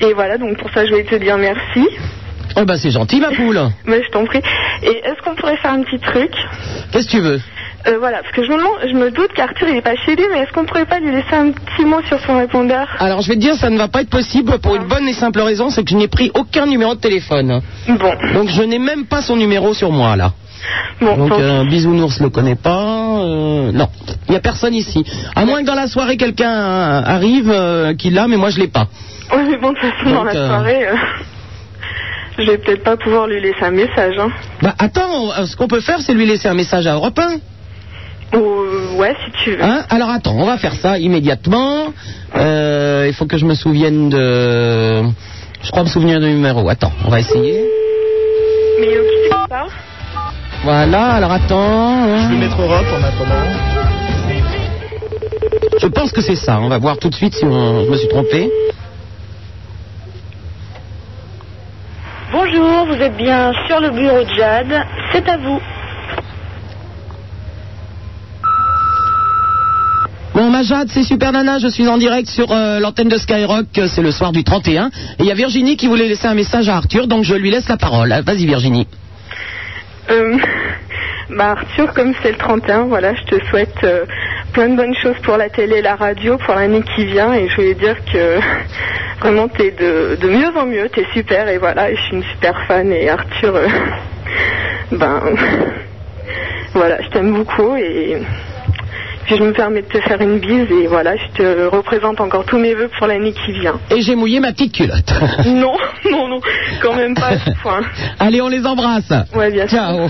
S17: Et voilà, donc pour ça, je voulais te dire merci.
S4: Eh ben c'est gentil ma poule.
S17: Mais je t'en prie. Et est-ce qu'on pourrait faire un petit truc
S4: Qu'est-ce que tu veux
S17: Euh, Voilà, parce que je me, demande- je me doute qu'Arthur il est pas chez lui, mais est-ce qu'on pourrait pas lui laisser un petit mot sur son répondeur
S4: Alors je vais te dire, ça ne va pas être possible pour une bonne et simple raison, c'est que je n'ai pris aucun numéro de téléphone.
S17: Bon.
S4: Donc je n'ai même pas son numéro sur moi là.
S17: Bon,
S4: Donc
S17: tant
S4: euh, bisounours le connaît pas. euh, non, il n'y a personne ici. À moins que dans la soirée quelqu'un euh, arrive euh, qui l'a, mais moi je l'ai pas.
S17: Ouais, mais bon, de toute façon, dans
S4: Donc,
S17: la
S4: euh,
S17: soirée, euh, je vais peut-être pas pouvoir lui laisser un message. Hein.
S4: Bah attends, euh, ce qu'on peut faire, c'est lui laisser un message à Europe 1.
S17: Ou, Euh, ouais, si tu veux.
S4: Hein Alors attends, on va faire ça immédiatement. Euh, il faut que je me souvienne de. Je crois me souvenir du numéro. Attends, on va essayer.
S17: Mais euh, qui c'est qui parle
S4: Voilà, alors attends. hein. Je vais mettre Europe en attendant. Je pense que c'est ça. On va voir tout de suite si on- je me suis trompé.
S18: Bonjour, vous êtes bien sur le bureau de Jade. C'est à vous.
S4: Bon, ma Jade, c'est Super Nana. Je suis en direct sur euh, l'antenne de Skyrock. Euh, C'est le soir du 31. Et il y a Virginie qui voulait laisser un message à Arthur, donc je lui laisse la parole. Ah, Vas-y, Virginie.
S17: Euh, bah, Arthur, comme c'est le 31, voilà, je te souhaite euh, plein de bonnes choses pour la télé et la radio pour l'année qui vient. Et je voulais dire que vraiment, t'es de, de mieux en mieux, t'es super. Et voilà, et je suis une super fan. Et Arthur, euh, ben, voilà, je t'aime beaucoup. Et puis je me permets de te faire une bise. Et voilà, je te représente encore tous mes voeux pour l'année qui vient.
S4: Et j'ai mouillé ma petite culotte.
S17: non, non, non, non, quand même pas à ce point.
S4: Allez, on les embrasse.
S17: Ouais, bien sûr.
S4: Ciao.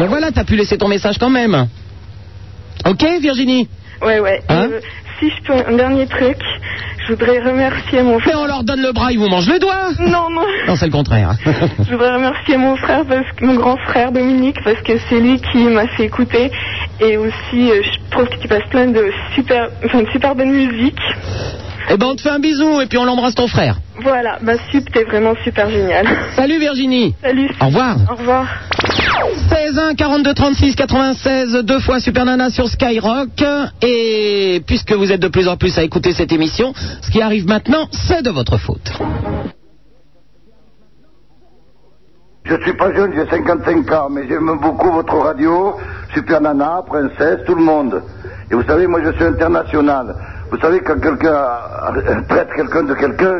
S4: Ben voilà, t'as pu laisser ton message quand même. Ok, Virginie Hein
S17: Ouais, ouais. Euh, si je peux, un dernier truc, je voudrais remercier mon frère.
S4: Mais on leur donne le bras, ils vous mangent le doigt
S17: Non, non.
S4: Non, c'est le contraire.
S17: Je voudrais remercier mon frère, parce que, mon grand frère Dominique, parce que c'est lui qui m'a fait écouter. Et aussi, euh, je trouve qu'il passe plein de super, enfin, de super bonne musique.
S4: Eh ben, on te fait un bisou et puis on l'embrasse ton frère.
S17: Voilà, bah Sup, t'es vraiment super génial.
S4: Salut Virginie.
S17: Salut.
S4: Au revoir.
S17: Au revoir.
S4: 16 1 42 36 96 deux fois Super Nana sur Skyrock et puisque vous êtes de plus en plus à écouter cette émission, ce qui arrive maintenant, c'est de votre faute.
S19: Je suis pas jeune, j'ai 55 ans, mais j'aime beaucoup votre radio, Super Nana, Princesse, tout le monde. Et vous savez, moi je suis international. Vous savez, quand quelqu'un euh, traite quelqu'un de quelqu'un,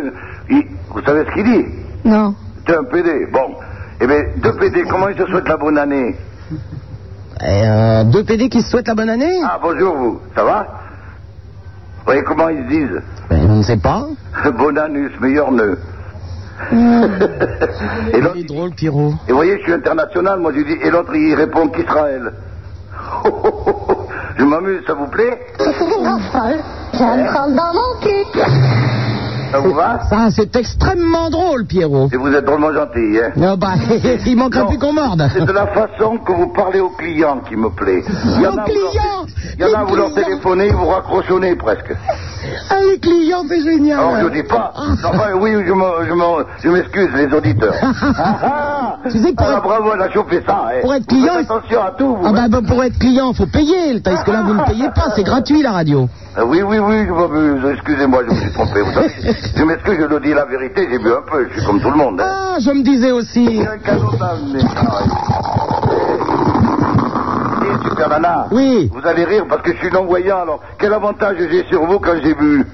S19: il- vous savez ce qu'il dit
S11: Non.
S19: C'est un PD. Bon. Eh bien, deux PD, comment je te souhaite la bonne année
S4: euh, deux PD qui se souhaitent la bonne année
S19: Ah, bonjour vous, ça va Vous voyez comment ils se disent
S4: On ne sait pas.
S19: Bon anus, meilleur nœud. Et l'autre,
S4: drôle, Pierrot.
S19: Et vous voyez, je suis international, moi je dis, et l'autre il répond qu'Israël. je m'amuse, ça vous plaît
S6: Je suis une grosse folle. Je vais me prendre dans mon cul.
S19: Ça vous va
S4: Ça, c'est extrêmement drôle, Pierrot.
S19: Et vous êtes drôlement gentil, hein
S4: Non, bah, il manquerait
S19: Non.
S4: plus qu'on morde.
S19: C'est de la façon que vous parlez aux clients qui me plaît. Il y en a, vous leur- il y en a, vous leur téléphonez, vous raccrochonnez presque.
S4: Ah, les clients, c'est génial.
S19: Alors je dis pas. Enfin, oui, je me- je me- je m'excuse, les auditeurs. Ah, ah, ah, bravo, elle a chauffé ça. hein.
S4: Pour être
S19: Vous
S4: client,
S19: faites
S4: il-
S19: attention à tout. vous,
S4: Ah
S19: hein.
S4: bah, bah, pour être client, faut payer. Parce que là, vous ne payez pas, c'est gratuit la radio.
S19: Ah Oui, oui, oui, je m'abuse. excusez-moi, je me suis trompé, vous savez. Je m'excuse, je le dis la vérité, j'ai bu un peu, je suis comme tout le monde. hein.
S4: Ah, je me disais aussi.
S19: Un cadeau d'amener. Ah, oui. Eh, Super Nana,
S4: Ah. Oui.
S19: vous allez rire parce que je suis non-voyant, alors quel avantage j'ai sur vous quand j'ai bu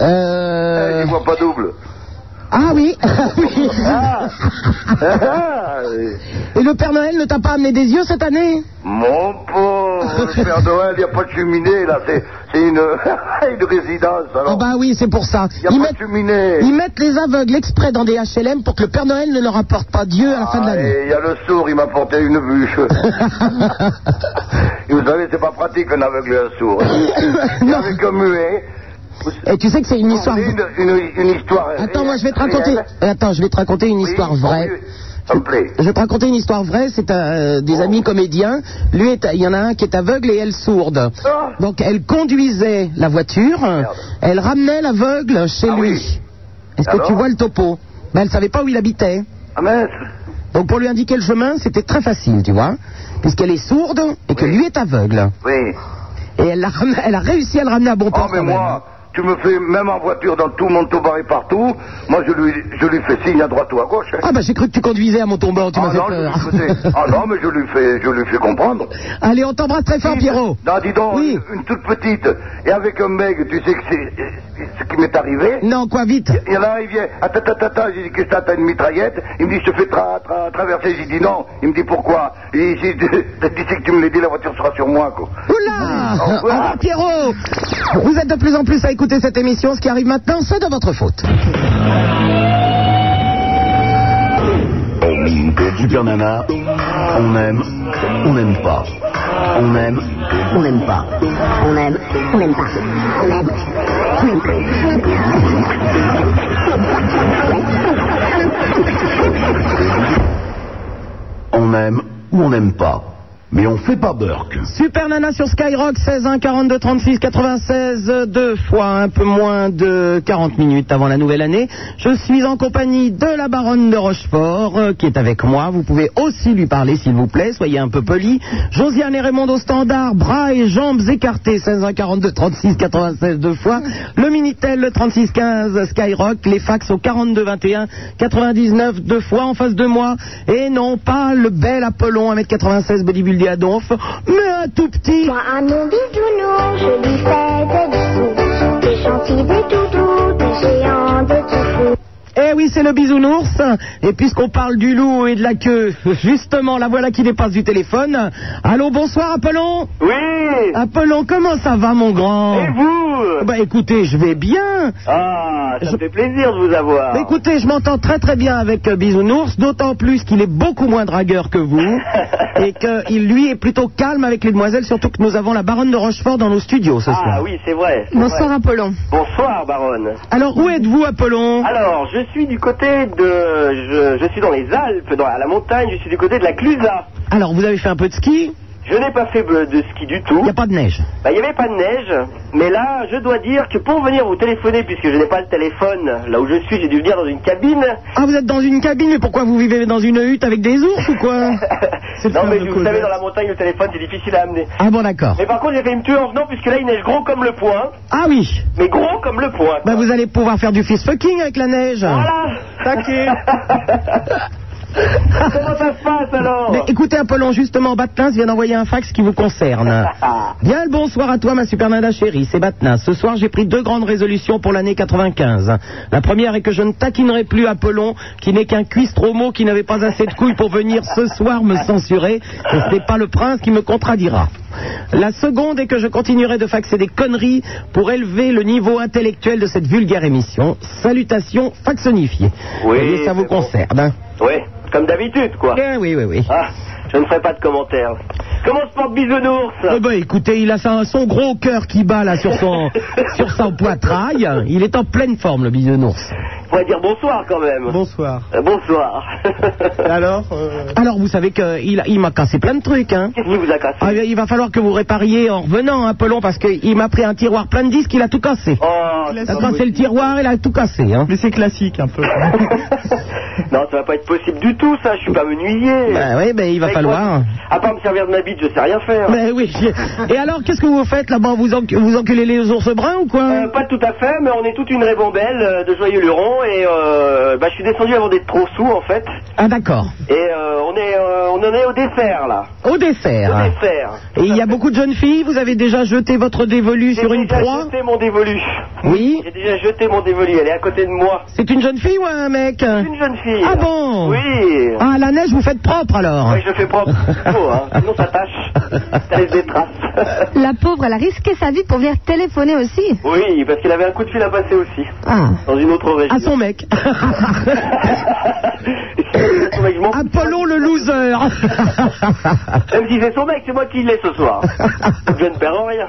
S19: Eh,
S4: Euh...
S19: Je vois pas double.
S4: Ah oui. oui.
S19: Ah, oui.
S4: Et le Père Noël ne t'a pas amené des yeux cette année
S19: Mon pauvre le Père Noël, il n'y a pas de cheminée, là, c'est c'est une, une résidence,
S4: Ah
S19: alors.
S4: bah oui, c'est pour ça.
S19: Il n'y a
S4: Ils
S19: pas
S4: mettent,
S19: de cheminée.
S4: ils mettent les aveugles exprès dans des HLM pour que le Père Noël ne leur apporte pas Dieu à la fin de
S19: Ah,
S4: l'année.
S19: et il y a le sourd, il m'a porté une bûche. et vous savez, c'est pas pratique un aveugle et un sourd. Et avec un muet,
S4: Et Eh, tu sais que c'est une histoire.
S19: une, une, une histoire.
S4: Attends, moi je vais te
S19: réelle.
S4: raconter. Euh, Attends, je vais te raconter une histoire vraie.
S19: Ça me plaît.
S4: Je vais te raconter une histoire vraie. C'est euh, des
S19: Oh.
S4: amis comédiens. Lui, est- il y en a un qui est aveugle et elle sourde.
S19: Ah.
S4: Donc elle conduisait la voiture. Elle ramenait l'aveugle chez
S19: Ah
S4: lui. Est-ce que tu vois le topo ben, Elle savait pas où il habitait.
S19: Ah mince
S4: Donc pour lui indiquer le chemin, c'était très facile, tu vois, puisqu'elle est sourde et que lui est aveugle.
S19: Oui.
S4: Et elle a, elle a réussi à le ramener à bon port.
S19: Oh, mais
S4: quand même. hein.
S19: moi, tu me fais même en voiture dans tout mon tobar et partout. Moi, je lui, je lui fais signe à droite ou à gauche. hein.
S4: Ah bah j'ai cru que tu conduisais à mon tombant, tu
S19: Ah
S4: m'as fait
S19: non, je
S4: peur.
S19: lui faisais- ah non, mais je lui fais, je lui fais comprendre.
S4: Allez, on t'embrasse très fort, Pierrot.
S19: Non, dis donc, une, une toute petite, et avec un mec, tu sais que c'est ce qui m'est arrivé.
S4: Non, quoi, vite.
S19: Et là, il vient, Ah, attends, attends, attends, j'ai dit que ça, t'as une mitraillette. Il me dit, je te fais tra- tra- traverser. J'ai dit non. Il me dit pourquoi. Et j'ai dit, tu sais que tu me l'as dit, la voiture sera sur moi, quoi.
S4: Oula Au revoir, Ah, Pierrot Vous êtes de plus en plus à écouter cette émission. Ce qui arrive maintenant, c'est de votre faute.
S2: Super Nana, on aime, on n'aime pas. On aime, on n'aime pas. On aime, on n'aime pas. On aime, on n'aime pas. On aime ou on n'aime pas. Mais on fait pas Burke.
S4: Super Nana sur Skyrock, 16 1 42 36 96, deux fois un peu moins de 40 minutes avant la nouvelle année. Je suis en compagnie de la baronne de Rochefort, euh, qui est avec moi. Vous pouvez aussi lui parler, s'il vous plaît, soyez un peu poli. Josiane et Raymond au standard, bras et jambes écartés, 16 1 42 36 96, deux fois. Le Minitel, le 36 15 Skyrock, les fax au 42 21 99, deux fois en face de moi. Et non pas le bel Apollon, 1m96, bodybuildé à donf, mais un tout petit.
S6: Moi, à mon bisounours, je lui fais des bisous. Des gentils, des toutous, des géants, des toutous.
S4: Eh oui, c'est le bisounours. Et puisqu'on parle du loup et de la queue, justement, la voilà qui dépasse du téléphone. Allô, bonsoir, Apollon
S20: Oui
S4: Apollon, comment ça va, mon grand
S20: Et vous
S8: vous
S4: Bah écoutez, je vais bien.
S8: Ah, ça me fait plaisir de vous avoir.
S4: Bah, écoutez, je m'entends très très bien avec euh, Bisounours, d'autant plus qu'il est beaucoup moins dragueur que vous et qu'il lui est plutôt calme avec les demoiselles, surtout que nous avons la baronne de Rochefort dans nos studios ce soir.
S8: Ah oui, c'est vrai. c'est vrai.
S4: Apollon.
S8: Bonsoir, baronne.
S4: Alors où êtes-vous Apollon
S8: Alors, je suis du côté de... Je, je suis dans les Alpes, dans, à la montagne, je suis du côté de la Clusa.
S4: Alors vous avez fait un peu de ski
S8: Je n'ai pas fait euh, de ski du tout. Il n'y
S4: a pas de neige.
S8: Bah, il n'y avait pas de neige, mais là, je dois dire que pour venir vous téléphoner, puisque je n'ai pas le téléphone là où je suis, j'ai dû venir dans une cabine.
S4: Ah vous êtes dans une cabine, mais pourquoi vous vivez dans une hutte avec des ours ou quoi
S8: Non, mais vous savez, dans la montagne, le téléphone, c'est difficile à amener.
S4: hein. Ah bon d'accord.
S8: Mais par contre, j'ai fait me tuer en venant, puisque là, il neige gros comme le poing.
S4: Ah oui.
S8: Mais gros comme le poing.
S4: Bah vous allez pouvoir faire du fist fucking avec la neige.
S8: Voilà Comment ça se passe alors
S4: Mais écoutez, Apollon, justement, Batnins vient d'envoyer un fax qui vous concerne. Bien le bonsoir à toi, ma super nana chérie, c'est Batnins. Ce soir, j'ai pris deux grandes résolutions pour l'année 95. La première est que je ne taquinerai plus Apollon, qui n'est qu'un cuistromo qui n'avait pas assez de couilles pour venir ce soir me censurer. Et ce n'est pas le prince qui me contradira. La seconde est que je continuerai de faxer des conneries pour élever le niveau intellectuel de cette vulgaire émission. Salutations faxonifiées.
S8: Oui,
S4: Voyez, ça vous
S8: c'est bon.
S4: concerne. hein. Eh
S8: Oui, comme d'habitude, quoi.
S4: oui, oui, oui.
S8: Ah, je ne ferai pas de commentaires. Comment se porte Bisounours
S4: Eh ben, écoutez, il a sa- son gros cœur qui bat là sur son sur son poitrail. Il est en pleine forme, le bisounours.
S8: On va dire bonsoir quand même.
S4: Bonsoir.
S8: Euh, bonsoir.
S21: Alors
S4: Alors, euh, vous savez qu'il a- il m'a cassé plein de trucs. Hein.
S8: Qu'est-ce qui vous a cassé
S4: Ah, il va falloir que vous répariez en revenant, hein, Pelon, parce qu'il m'a pris un tiroir plein de disques, il a tout cassé.
S8: Oh,
S4: il a cassé le tiroir, il a tout cassé. Hein.
S21: Mais c'est classique un peu.
S8: Non, ça va pas être possible du tout, ça. Je suis pas menuisier.
S4: Bah oui, ben, il va
S8: Avec
S4: falloir.
S8: moi, à part me servir de ma bite, je sais rien faire.
S4: Mais Ben oui. Et alors, qu'est-ce que vous faites là-bas vous, encu- vous enculez les ours bruns ou quoi
S8: Euh, pas tout à fait, mais on est toute une rébambelle euh, de joyeux lurons et euh, bah, je suis descendu avant d'être trop sous en fait.
S4: Ah, d'accord.
S8: Et euh, on est, euh, on en est au dessert là.
S4: Au dessert.
S8: Au dessert.
S4: Et il y a beaucoup de jeunes filles, vous avez déjà jeté votre dévolu sur une
S8: J'ai déjà
S4: proie
S8: jeté mon dévolu.
S4: Oui.
S8: J'ai déjà jeté mon dévolu. Elle est à côté de moi.
S4: C'est une jeune fille ou un mec
S8: Une jeune fille.
S4: Ah bon
S8: Oui.
S4: Ah, la neige, vous faites propre alors
S8: Oui, je fais propre. Oh, hein. Sinon, ça tâche. Ça laisse des traces.
S12: Euh, La pauvre, elle a risqué sa vie pour venir téléphoner aussi.
S8: Oui, parce qu'il avait un coup de fil à passer aussi.
S12: Ah.
S8: Dans une autre région.
S12: À son
S4: mec.
S8: Apollon
S4: le loser.
S8: Même si c'est son mec, c'est moi qui l'ai ce soir. je ne perds en rien.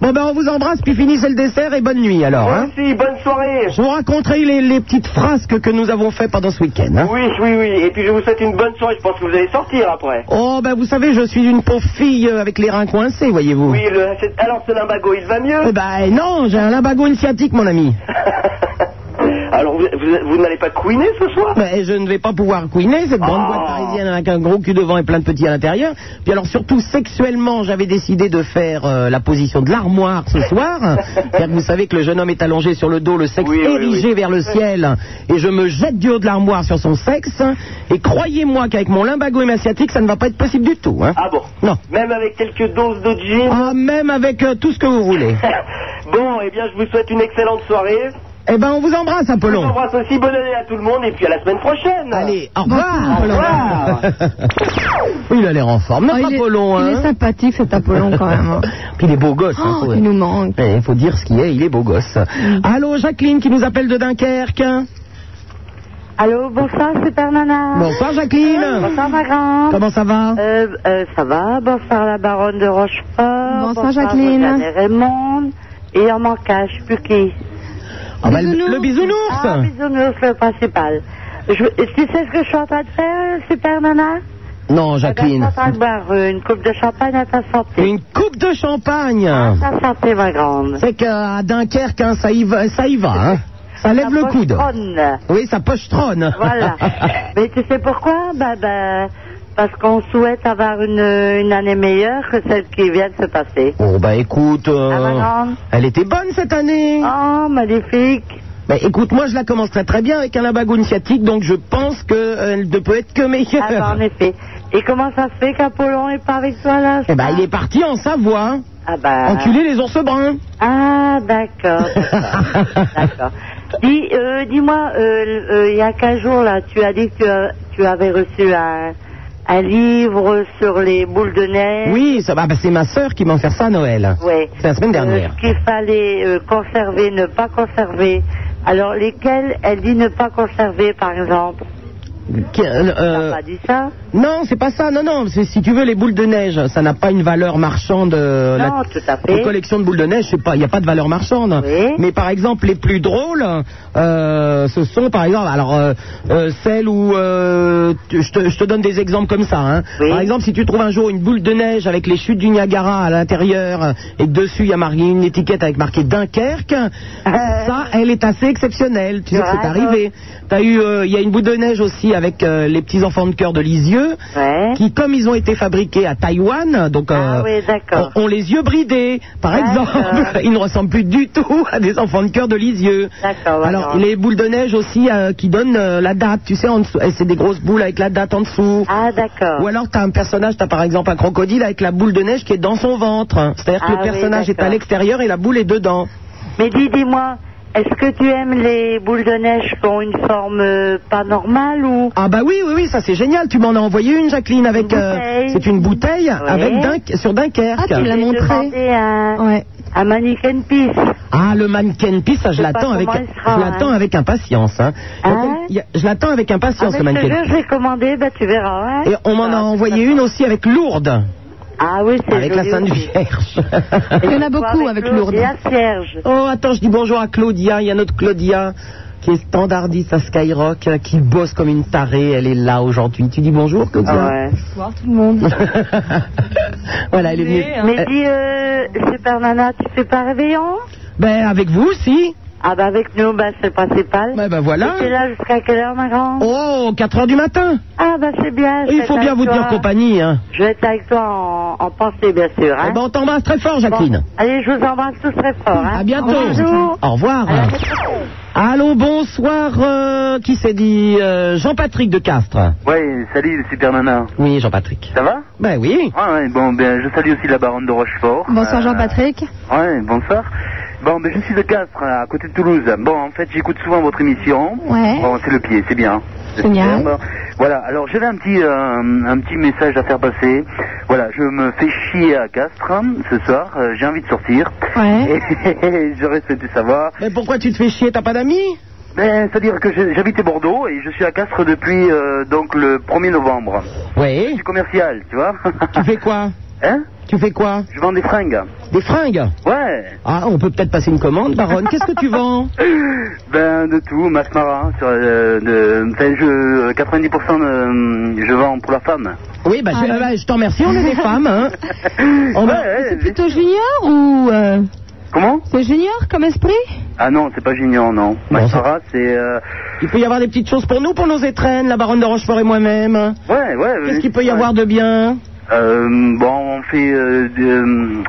S4: Bon, ben on vous embrasse, puis finissez le dessert et bonne nuit alors. hein.
S8: Merci, bonne soirée.
S4: Je vous raconterai les, les petites frasques que nous avons fait pendant ce week-end. hein.
S8: Oui, oui, oui. Et puis je vous souhaite une bonne soirée. Je pense que vous allez sortir après.
S4: Oh, ben vous savez, je suis une pauvre fille euh, avec les reins coincés, voyez-vous.
S8: Oui, le- c'est- alors ce limbago, il va mieux
S4: Eh ben non, j'ai un limbago initiatique, mon ami.
S8: Alors vous, vous- vous n'allez pas couiner ce soir
S4: Mais je ne vais pas pouvoir couiner cette grande boîte
S12: Ah.
S4: parisienne avec un gros cul devant et plein de petits à l'intérieur. Puis alors surtout sexuellement, j'avais décidé de faire euh, la position de l'armoire ce soir. Car vous savez que le jeune homme est allongé sur le dos, le sexe érigé vers le ciel, et je me jette du haut de l'armoire sur son sexe. Et croyez-moi qu'avec mon limbago et ma sciatique, ça ne va pas être possible du tout. Hein.
S8: Ah bon
S4: Non.
S8: Même avec quelques doses de gin
S4: Ah, même avec euh, tout ce que vous voulez.
S8: Bon, eh bien je vous souhaite une excellente soirée.
S4: Eh ben on vous embrasse,
S8: Je
S4: Apollon.
S8: vous embrasse aussi, bonne année à tout le monde et puis à la semaine prochaine.
S4: Allez, au revoir.
S8: Au revoir.
S4: Il a l'air en forme. Notre
S12: Ah, il, est,
S4: Apollon,
S12: il
S4: hein.
S12: est sympathique cet Apollon quand même. hein.
S4: Puis il est beau gosse.
S12: Oh, il nous
S4: manque. Il faut dire ce qu'il est, il est beau gosse. Allô, Jacqueline qui nous appelle de Dunkerque.
S15: Allô, bonsoir, super nana.
S4: Bonsoir, Jacqueline.
S15: Bonsoir, ma grande.
S4: Comment ça va
S15: euh, euh, Ça va, bonsoir, la baronne de Rochefort. Bonsoir,
S12: Jacqueline.
S15: Rosanne et Raymond. Et il en manque un, je sais plus qui.
S4: Ah, bah, le- Bisounours. le bisounours.
S15: Ah, bisounours, le principal. Je- tu sais ce que je suis en train de faire, euh, super nana
S4: Non,
S15: Je suis
S4: Jacqueline.
S15: en train de boire euh, une coupe de champagne à ta santé.
S4: Oh. Une coupe de champagne.
S15: À ta santé, ma grande.
S4: C'est qu'à Dunkerque, hein, ça y va, ça y va. hein. Ça lève le coude.
S15: Trône.
S4: Oui, ça pochetronne.
S15: Voilà. Mais tu sais pourquoi bah, bah, Parce qu'on souhaite avoir une, une année meilleure que celle qui vient de se passer.
S4: Bon, bah écoute, euh,
S15: Ah, madame.
S4: elle était bonne cette année.
S15: Oh, magnifique.
S4: Bah écoute, moi je la commence très très bien avec un labago initiatique, donc je pense qu'elle ne peut être que meilleure.
S15: Ah, bah, en effet. Et comment ça se fait qu'Apollon est pas avec toi là
S4: Eh bah il est parti en Savoie.
S15: Ah bah.
S4: Enculer les ours bruns.
S15: Ah, d'accord. d'accord. d'accord. Dis, euh, dis-moi, euh, euh, il y a 15 jours là, tu as dit que tu, as- tu avais reçu un, un livre sur les boules de neige.
S4: Oui, ça, va, bah, c'est ma sœur qui m'a offert ça à Noël.
S15: Eh. Ouais.
S4: C'est la semaine dernière.
S15: Euh, ce qu'il fallait euh, conserver, ne pas conserver. Alors, lesquels elle dit ne pas conserver, par exemple
S4: Qui- euh, euh,
S15: Pas dit ça
S4: non, c'est pas ça. Non, non. c'est- Si tu veux, les boules de neige, ça n'a pas une valeur marchande. euh,
S15: Non, tout à fait.
S4: Une collection de boules de neige, c'est pas, il n'y a pas de valeur marchande. Mais par exemple, les plus drôles, euh, ce sont par exemple, alors euh, euh, celles où euh, tu- je, te, je te donne des exemples comme ça. hein. Par exemple, si tu trouves un jour une boule de neige avec les chutes du Niagara à l'intérieur euh, et que dessus il y a marqué une étiquette avec marqué Dunkerque, euh, ça, elle est assez exceptionnelle. Tu sais, que c'est arrivé. T'as eu, euh, il y a une boule de neige aussi avec euh, les petits enfants de cœur de Lisieux, qui comme ils ont été fabriqués à Taïwan, donc euh,
S15: oui, d'accord.
S4: ont, ont les yeux bridés, par exemple. Ils ne ressemblent plus du tout à des enfants de cœur de Lisieux. Alors, les boules de neige aussi euh, qui donnent euh, la date, tu sais, en dessous. Et c'est des grosses boules avec la date en dessous.
S15: Ah, d'accord.
S4: Ou alors, tu as un personnage, tu as par exemple un crocodile avec la boule de neige qui est dans son ventre. C'est-à-dire que
S15: Ah
S4: le
S15: oui,
S4: personnage est à
S15: d'accord.
S4: l'extérieur et la boule est dedans.
S15: Mais dis, dis-moi, est-ce que tu aimes les boules de neige qui ont une forme euh, pas normale ou
S4: Ah bah oui, oui, oui, ça c'est génial. Tu m'en as envoyé une, Jacqueline, avec... euh,
S15: bouteille. Ah,
S4: c'est une bouteille avec Dun- sur Dunkerque.
S15: J'ai demandé un, un mannequin piece.
S4: Ah, le mannequin pis, ça
S15: Je
S4: je
S15: sais
S4: l'attends
S15: pas
S4: avec,
S15: comment il sera,
S4: je l'attends
S15: hein.
S4: avec impatience. Hein. Il y a- je l'attends avec impatience
S15: Ah,
S4: le
S15: mais je te
S4: mannequin.
S15: jure, j'ai commandé, bah tu verras. ouais.
S4: Et on m'en a envoyé une aussi avec Lourdes,
S15: Ah oui, c'est
S4: avec la
S15: joli
S4: Sainte
S15: aussi.
S4: Vierge.
S15: Il y en a beaucoup avec avec Lourdes. Lourdes. Et à Serge.
S4: Oh, attends, je dis bonjour à Claudia. Il y a notre Claudia qui est standardiste à Skyrock, euh, qui bosse comme une tarée. Elle est là aujourd'hui. Tu dis bonjour, Claudia
S15: Ah
S12: Bonsoir tout le monde.
S4: Voilà, elle est venue.
S15: Mais
S4: Elle-
S15: dis, euh, Super Nana, tu fais pas réveillon
S4: Ben, avec vous aussi.
S15: Ah bah avec nous, bah c'est le principal.
S4: Ben, ben voilà.
S15: Tu es là jusqu'à quelle heure, ma grande
S4: Oh, 4 heures du matin.
S15: Ah bah c'est bien. je
S4: Il
S15: vais
S4: faut
S15: être
S4: bien
S15: avec
S4: vous tenir
S15: toi.
S4: compagnie. Hein.
S15: Je vais être avec toi en, en pensée, bien sûr. Hein.
S4: Eh ben, on t'embrasse très fort, Jacqueline.
S15: Bon, allez, je vous embrasse tous très fort. Hein.
S4: À bientôt.
S15: Bonjour.
S4: Au revoir. Allô, bonsoir. euh, qui s'est dit euh, Jean-Patrick de Castres.
S22: Ouais, salut Super Nana.
S4: Oui, Jean-Patrick.
S22: Ça va
S4: Ben oui.
S22: Ouais, ouais, bon, ben, je salue aussi la baronne de Rochefort.
S12: Bonsoir
S22: Euh,
S12: Jean-Patrick.
S22: Ouais, bonsoir. Bon, ben, je suis de Castres, à côté de Toulouse. Bon, en fait, j'écoute souvent votre émission.
S12: Ouais.
S22: Bon, c'est le pied, c'est bien.
S12: Génial.
S22: Bon, Voilà, alors j'avais un petit, euh, un petit message à faire passer. Voilà, je me fais chier à Castres hein, ce soir, euh, j'ai envie de sortir.
S12: Ouais.
S22: Et j'aurais souhaité savoir.
S4: Mais pourquoi tu te fais chier T'as pas d'amis
S22: ben, C'est-à-dire que je- j'habitais Bordeaux et je suis à Castres depuis euh, donc le 1er novembre.
S4: Oui.
S22: Je suis commercial, tu vois.
S4: Tu fais quoi
S22: Hein
S4: Tu fais quoi
S22: Je vends des fringues.
S4: Des fringues
S22: Ouais.
S4: Ah, on peut peut-être passer une commande, Baronne. Qu'est-ce que tu vends
S22: Ben de tout, mascara, sur, euh, de, enfin, je, 90% de- je vends pour la femme.
S4: Oui, bah, je, bah, je t'en remercie, on est des femmes. Hein. On va-
S12: C'est plutôt junior ou. euh,
S22: Comment
S12: C'est junior comme esprit
S22: Ah non, c'est pas junior, non. Mascara, c'est... euh,
S4: Il peut y avoir des petites choses pour nous, pour nos étrennes, la Baronne de Rochefort et moi-même.
S22: Ouais, ouais.
S4: Qu'est-ce qu'il peut y avoir de bien
S22: euh, bon, on fait euh, de-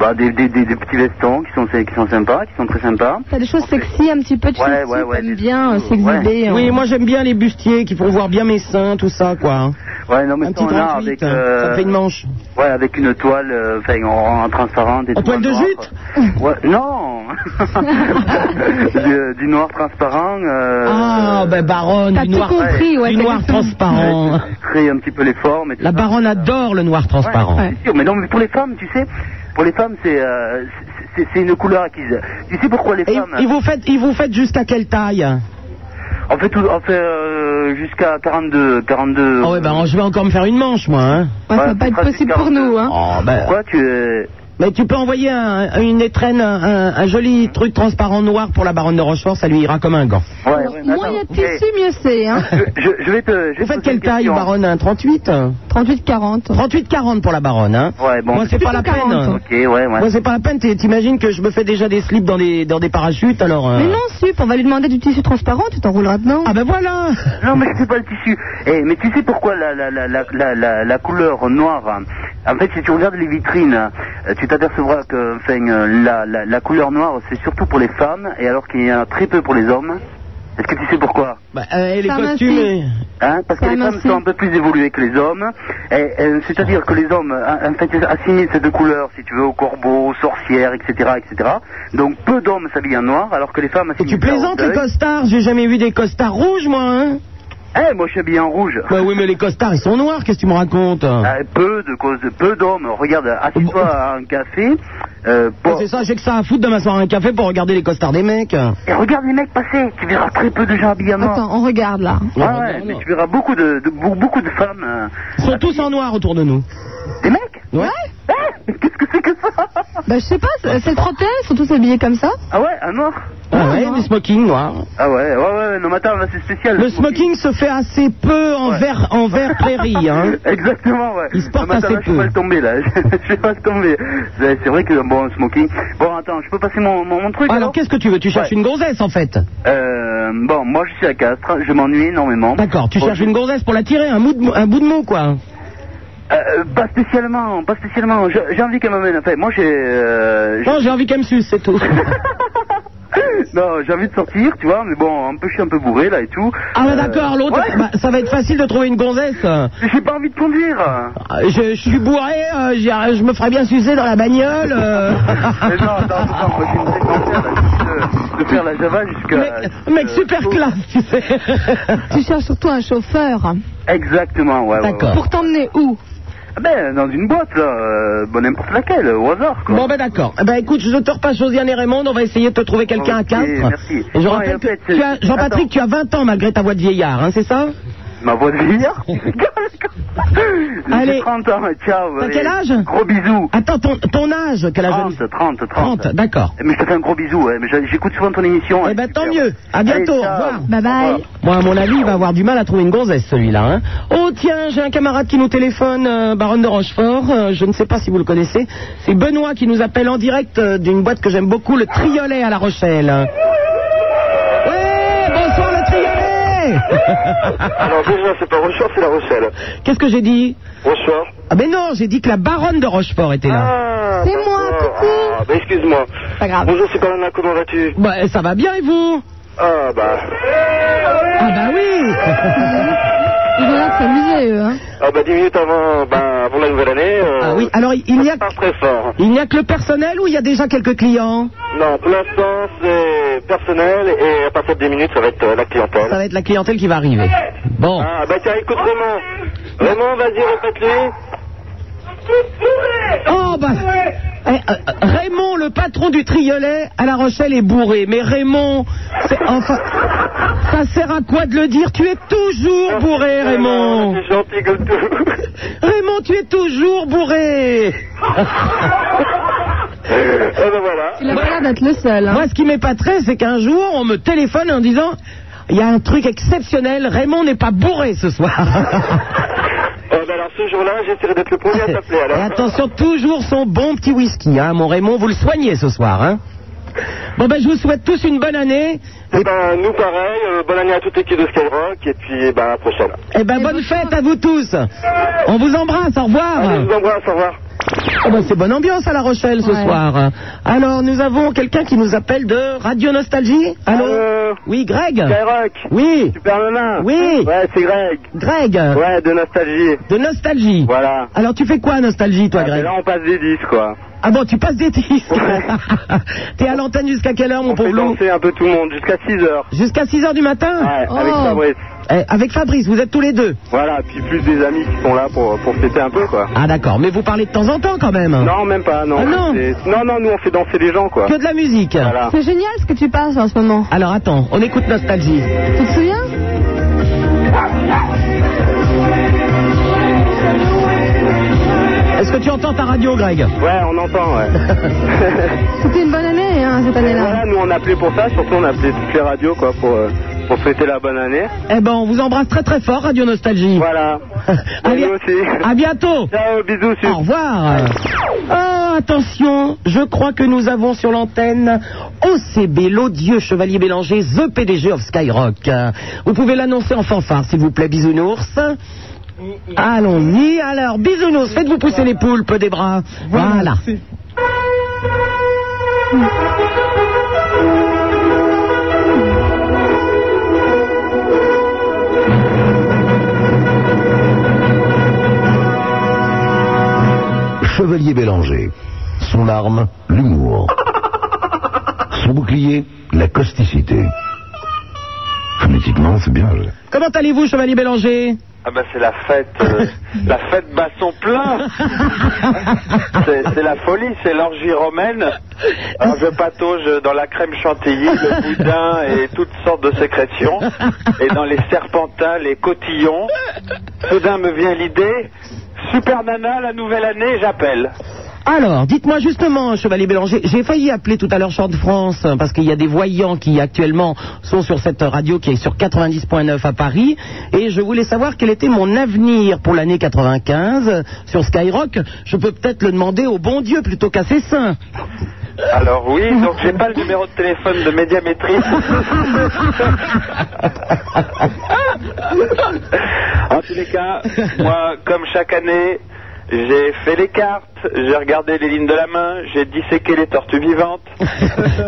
S22: bah, des, des, des, des petits vestons qui sont, qui sont sympas, qui sont très sympas.
S12: T'as des choses sexy un petit peu, tu
S22: Ouais,
S12: sais,
S22: ouais,
S12: tu
S22: ouais,
S12: aimes bien euh, s'exhiber. hein.
S4: Oui, moi j'aime bien les bustiers qui font voir bien mes seins, tout ça, quoi. hein.
S22: Ouais, non, mais
S4: Un
S22: ça,
S4: petit
S22: on a
S4: 38,
S22: avec... euh,
S4: hein. Ça fait une manche.
S22: Ouais, avec une toile, euh, enfin, en, en transparente. Et en
S4: toile de jute
S22: Ouais, non Du- Du noir transparent. euh,
S4: Ah, ben Baronne,
S22: T'as
S4: du
S22: tout
S4: noir,
S22: compris, ouais,
S4: du
S22: t'as
S4: noir
S22: tout.
S4: transparent.
S22: Ouais, tu crées un petit peu les formes. Et tout
S4: La Baronne adore le noir transparent.
S22: Ouais, c'est sûr, mais non, mais pour les femmes, tu sais, pour les femmes, c'est euh, c'est- c'est- c'est une couleur acquise. Tu sais pourquoi les
S4: Et,
S22: femmes
S4: et vous faites, et vous faites jusqu'à quelle taille
S22: On fait, tout, on fait euh, jusqu'à 42, 42.
S4: Ah ouais, ben je vais encore me faire une manche, moi. Hein.
S22: Ouais, ça va pas être possible pour nous, hein.
S4: Oh, ben,
S22: Pourquoi tu es...
S4: Mais tu peux envoyer un- une étrenne, un, un- un joli truc transparent noir pour la Baronne de Rochefort, ça lui ira comme un gant.
S22: Ouais, ouais, mais
S12: Moins il y a de
S22: attends,
S12: tissu, mieux c'est. Hein.
S22: je, je- je vais te. je vais
S4: Vous
S22: te
S4: faites
S22: poser une
S4: quelle taille,
S22: question.
S4: Baronne Un 38
S12: 38-40.
S4: 38-40 pour la Baronne, hein
S22: Ouais, bon.
S4: Moi, c'est pas la
S12: Plutôt
S4: peine.
S12: 40.
S22: Ok, ouais, ouais.
S4: Moi, c'est pas la peine. T'es- T'imagines que je me fais déjà des slips dans des, dans des parachutes, alors... euh,
S12: Mais non, Sup, on va lui demander du tissu transparent, tu t'enrouleras dedans.
S4: Ah ben voilà
S22: Non, mais c'est pas le tissu. Eh, mais tu sais pourquoi la, la, la, la, la, la, la couleur noire hein, En fait, si tu regardes les vitrines, euh, tu t'apercevras que enfin, euh, la, la, la couleur noire, c'est surtout pour les femmes, et alors qu'il y en a très peu pour les hommes. Est-ce que tu sais pourquoi
S4: Bah, euh, et les
S22: Pharmacie.
S4: costumes... et-
S22: Hein, parce que les femmes sont un peu plus évoluées que les hommes. Et, et, C'est-à-dire que les hommes, en en fait, assimilent cette couleur, si tu veux, aux corbeaux, aux sorcières, etc., etc. Donc peu d'hommes s'habillent en noir, alors que les femmes assimilent.
S4: Tu plaisantes, les
S22: ça au deuil.
S4: costards J'ai jamais vu des costards rouges, moi, hein
S22: Eh, moi je suis habillé en rouge.
S4: Bah oui, mais les costards, ils sont noirs, qu'est-ce que tu me racontes
S22: Euh, peu de cause de peu d'hommes. Regarde, assieds-toi à un café. euh,
S4: Ah, C'est ça, j'ai que ça à foutre de m'asseoir à un café pour regarder les costards des mecs.
S22: Et regarde les mecs passer, tu verras très peu de gens habillés en noir.
S12: Attends, on regarde là.
S22: Ouais, ouais, mais tu verras beaucoup de, de- be- beaucoup de femmes. euh,
S4: Ils sont tous en noir autour de nous.
S22: Des mecs Eh,
S4: Ouais
S12: Bah, je sais pas, c'est c'est le 31, ils sont tous habillés comme ça
S22: Ah ouais, un noir
S4: Ah ouais, des smokings noirs.
S22: Ah ouais, ouais, ouais, ouais, non, mais attends, là c'est spécial.
S4: Le smoking se fait assez peu en vert, en vert prairie, hein.
S22: Exactement, ouais.
S4: Il se porte
S22: Non, mais attends,
S4: assez
S22: là, Je vais pas le tomber, là. je vais pas le tomber. C'est c'est vrai que, bon, smoking. Bon, attends, je peux passer mon, mon, mon truc
S4: Ah, alors qu'est-ce que tu veux Tu cherches
S22: Ouais.
S4: une gonzesse en fait.
S22: Euh, bon, moi je suis à Castres, je m'ennuie énormément.
S4: D'accord, tu
S22: Bon,
S4: cherches
S22: je-
S4: une gonzesse pour la tirer, un, bout de mou- un bout de mou quoi.
S22: Euh, pas spécialement, pas spécialement. Je- J'ai envie qu'elle m'amène. Enfin, moi j'ai. euh,
S4: Non, j'ai envie qu'elle me suce, c'est tout.
S22: non, j'ai envie de sortir, tu vois, mais bon, un peu, je suis un peu bourré là et tout.
S4: Ah bah
S22: Euh,
S4: d'accord, l'autre,
S22: ouais.
S4: bah, ça va être facile de trouver une gonzesse.
S22: J'ai pas envie de conduire.
S4: Je, je suis bourré, euh, j'ai- je me ferais bien sucer dans la bagnole. euh.
S22: Mais non, attends, attends, moi, j'ai une vraie cancer, là, de, de faire la Java jusqu'à. euh, oh.
S4: Mec super classe, tu sais.
S12: Tu cherches surtout un chauffeur.
S22: Exactement, ouais. ouais,
S12: Pour t'emmener où
S22: ouais. Ben, dans une boîte, là, euh, bon, n'importe laquelle, au hasard, quoi.
S4: Bon ben d'accord. Eh Ben écoute, je te repasse Josiane et Raymond, on va essayer de te trouver quelqu'un à
S22: Ok,
S4: Castres.
S22: merci.
S4: Et je
S22: Ouais,
S4: rappelle
S22: en fait,
S4: que tu as-
S22: c'est-
S4: Jean-Patrick,
S22: attends.
S4: tu as 20 ans malgré ta voix de vieillard, hein, c'est ça
S22: Ma voix de vieillard Allez. 30 ans, ciao.
S4: T'as
S22: allez.
S4: quel âge
S22: Gros bisous. Ah.
S4: Attends, ton, ton âge, quel âge
S22: 30, 30, 30.
S4: 30, d'accord.
S22: Mais je te fais un gros bisou, hein, mais j'a- j'écoute souvent ton émission.
S4: Eh
S22: hein,
S4: ben tant
S22: super.
S4: mieux. À bientôt.
S22: Allez,
S4: au
S22: ciao. Bah-
S12: Bye
S4: revoir.
S12: bye.
S4: Moi, à mon avis, il va avoir du mal à trouver une gonzesse, celui-là. hein. Oh, tiens, j'ai un camarade qui nous téléphone, euh, Baron de Rochefort. Euh, je ne sais pas si vous le connaissez. C'est Benoît qui nous appelle en direct euh, d'une boîte que j'aime beaucoup, le Triolet à La Rochelle. Ouais, bonsoir, le Triolet
S8: Alors déjà, c'est pas Rochefort, c'est La Rochelle.
S4: Qu'est-ce que j'ai dit
S8: Bonsoir.
S4: Ah, ben non, j'ai dit que la Baronne de Rochefort était là.
S8: Ah, c'est moi, Ah, bah excuse-moi.
S12: Pas grave.
S8: Bonjour, c'est Palana, comment vas-tu
S4: Bah, ça va bien, et vous
S8: Ah, bah.
S4: Ah, bah oui
S22: Ah.
S12: Ils ont l'air de s'amuser, eux. Hein.
S8: Ah, bah 10 minutes avant, bah, avant la nouvelle année. euh,
S4: Ah oui, alors, il n'y a,
S8: Pas très fort.
S4: il n'y a que le personnel ou il y a déjà quelques clients
S8: Non, pour l'instant, c'est personnel et à partir de 10 minutes, ça va être euh, la clientèle.
S4: Ça va être la clientèle qui va arriver. Bon.
S8: Ah, bah tiens, écoute Raymond. Raymond, vas-y, répète-lui.
S4: Oh bah eh, euh, Raymond, le patron du triolet à La Rochelle est bourré. Mais Raymond, c'est- enfin, ça sert à quoi de le dire Tu es toujours bourré, Raymond.
S8: Ah, C'est gentil comme tout.
S4: Raymond, tu es toujours bourré.
S8: Eh ben voilà.
S12: Il a pas l'air d'être le seul. Hein.
S4: Moi, ce qui m'épaterait, c'est qu'un jour, on me téléphone en disant, il y a un truc exceptionnel. Raymond n'est pas bourré ce soir.
S8: Eh ben alors, ce jour-là, j'essaierai d'être le premier à t'appeler
S4: Et
S8: alors.
S4: attention, toujours son bon petit whisky, hein, mon Raymond, vous le soignez ce soir, hein. Bon ben, je vous souhaite tous une bonne année.
S8: Eh ben, nous pareil, euh, bonne année à toute l'équipe de Skyrock et puis eh ben, à la prochaine.
S4: Eh ben, bonne fête à vous tous. On vous embrasse, au revoir.
S8: Allez, je vous embrasse, au revoir.
S4: Oh ben, c'est bonne ambiance à La Rochelle ce
S12: Ouais.
S4: soir. Alors, nous avons quelqu'un qui nous appelle de Radio Nostalgie. Allô
S11: Allô
S4: Oui, Greg
S11: Skyrock
S4: Oui,
S11: Super Nana
S4: Oui.
S11: Ouais, c'est Greg.
S4: Greg,
S11: Ouais, de nostalgie.
S4: de Nostalgie.
S11: Voilà.
S4: Alors, tu fais quoi à Nostalgie, toi,
S11: Ah, mais
S4: Greg
S11: là, on passe des 10, quoi.
S4: Ah bon, tu passes des disques.
S11: Ouais.
S4: T'es à l'antenne jusqu'à quelle heure, mon
S11: On
S4: pauvre
S11: fait
S4: loup
S11: danser un peu tout le monde jusqu'à 6 heures.
S4: Jusqu'à 6 heures du matin
S11: Ouais, avec
S4: Oh.
S11: Fabrice.
S4: Eh, avec Fabrice, vous êtes tous les deux.
S11: Voilà, puis plus des amis qui sont là pour, pour fêter un peu, quoi.
S4: Ah d'accord, mais vous parlez de temps en temps quand même.
S11: Non, même pas, non.
S4: Ah, non.
S11: C'est- non, non, nous, on fait danser les gens, quoi.
S4: Que de la musique.
S11: Voilà.
S12: C'est génial ce que tu passes en ce moment.
S4: Ah. Alors attends, on écoute Nostalgie.
S12: Tu te souviens
S4: Est-ce que tu entends ta radio, Greg
S8: Ben,
S11: Ouais, on entend, ouais.
S12: C'était une bonne année, hein, cette
S11: Et
S12: année-là.
S11: voilà, nous, on appelait pour ça. Surtout, on appelait toutes les radios, quoi, pour, euh, pour fêter la bonne année.
S4: Eh ben, on vous embrasse très très fort, Radio Nostalgie.
S11: Voilà.
S4: À, bi-
S11: Nous aussi.
S4: à bientôt.
S11: Ciao, bisous, sus.
S4: Au revoir. Ah, attention, je crois que nous avons sur l'antenne OCB, l'odieux chevalier Bélanger, The PDG of Skyrock. Euh, Vous pouvez l'annoncer en fanfare, s'il vous plaît, bisounours. Allons-y, alors, bisounours, faites-vous pousser les poulpes des bras. Voilà.
S19: Chevalier Bélanger. Son arme, l'humour. Son bouclier, la causticité. Phonétiquement, c'est bien. je-
S4: Comment allez-vous, Chevalier Bélanger
S11: Ah ben c'est la fête, euh, la fête basson plein. C'est c'est la folie, c'est l'orgie romaine. Alors je patauge dans la crème chantilly, le boudin et toutes sortes de sécrétions. Et dans les serpentins, les cotillons. Soudain me vient l'idée, Super Nana, la nouvelle année, j'appelle.
S4: Alors, dites-moi justement, Chevalier Bélanger, j'ai failli appeler tout à l'heure Chant de France, hein, parce qu'il y a des voyants qui actuellement sont sur cette radio qui est sur 90.9 à Paris, et je voulais savoir quel était mon avenir pour l'année 95 euh, sur Skyrock. Je peux peut-être le demander au bon Dieu plutôt qu'à ses saints.
S11: Alors oui, donc j'ai pas le numéro de téléphone de Médiamétrie. en tous les cas, moi, comme chaque année, j'ai fait les cartes, j'ai regardé les lignes de la main, j'ai disséqué les tortues vivantes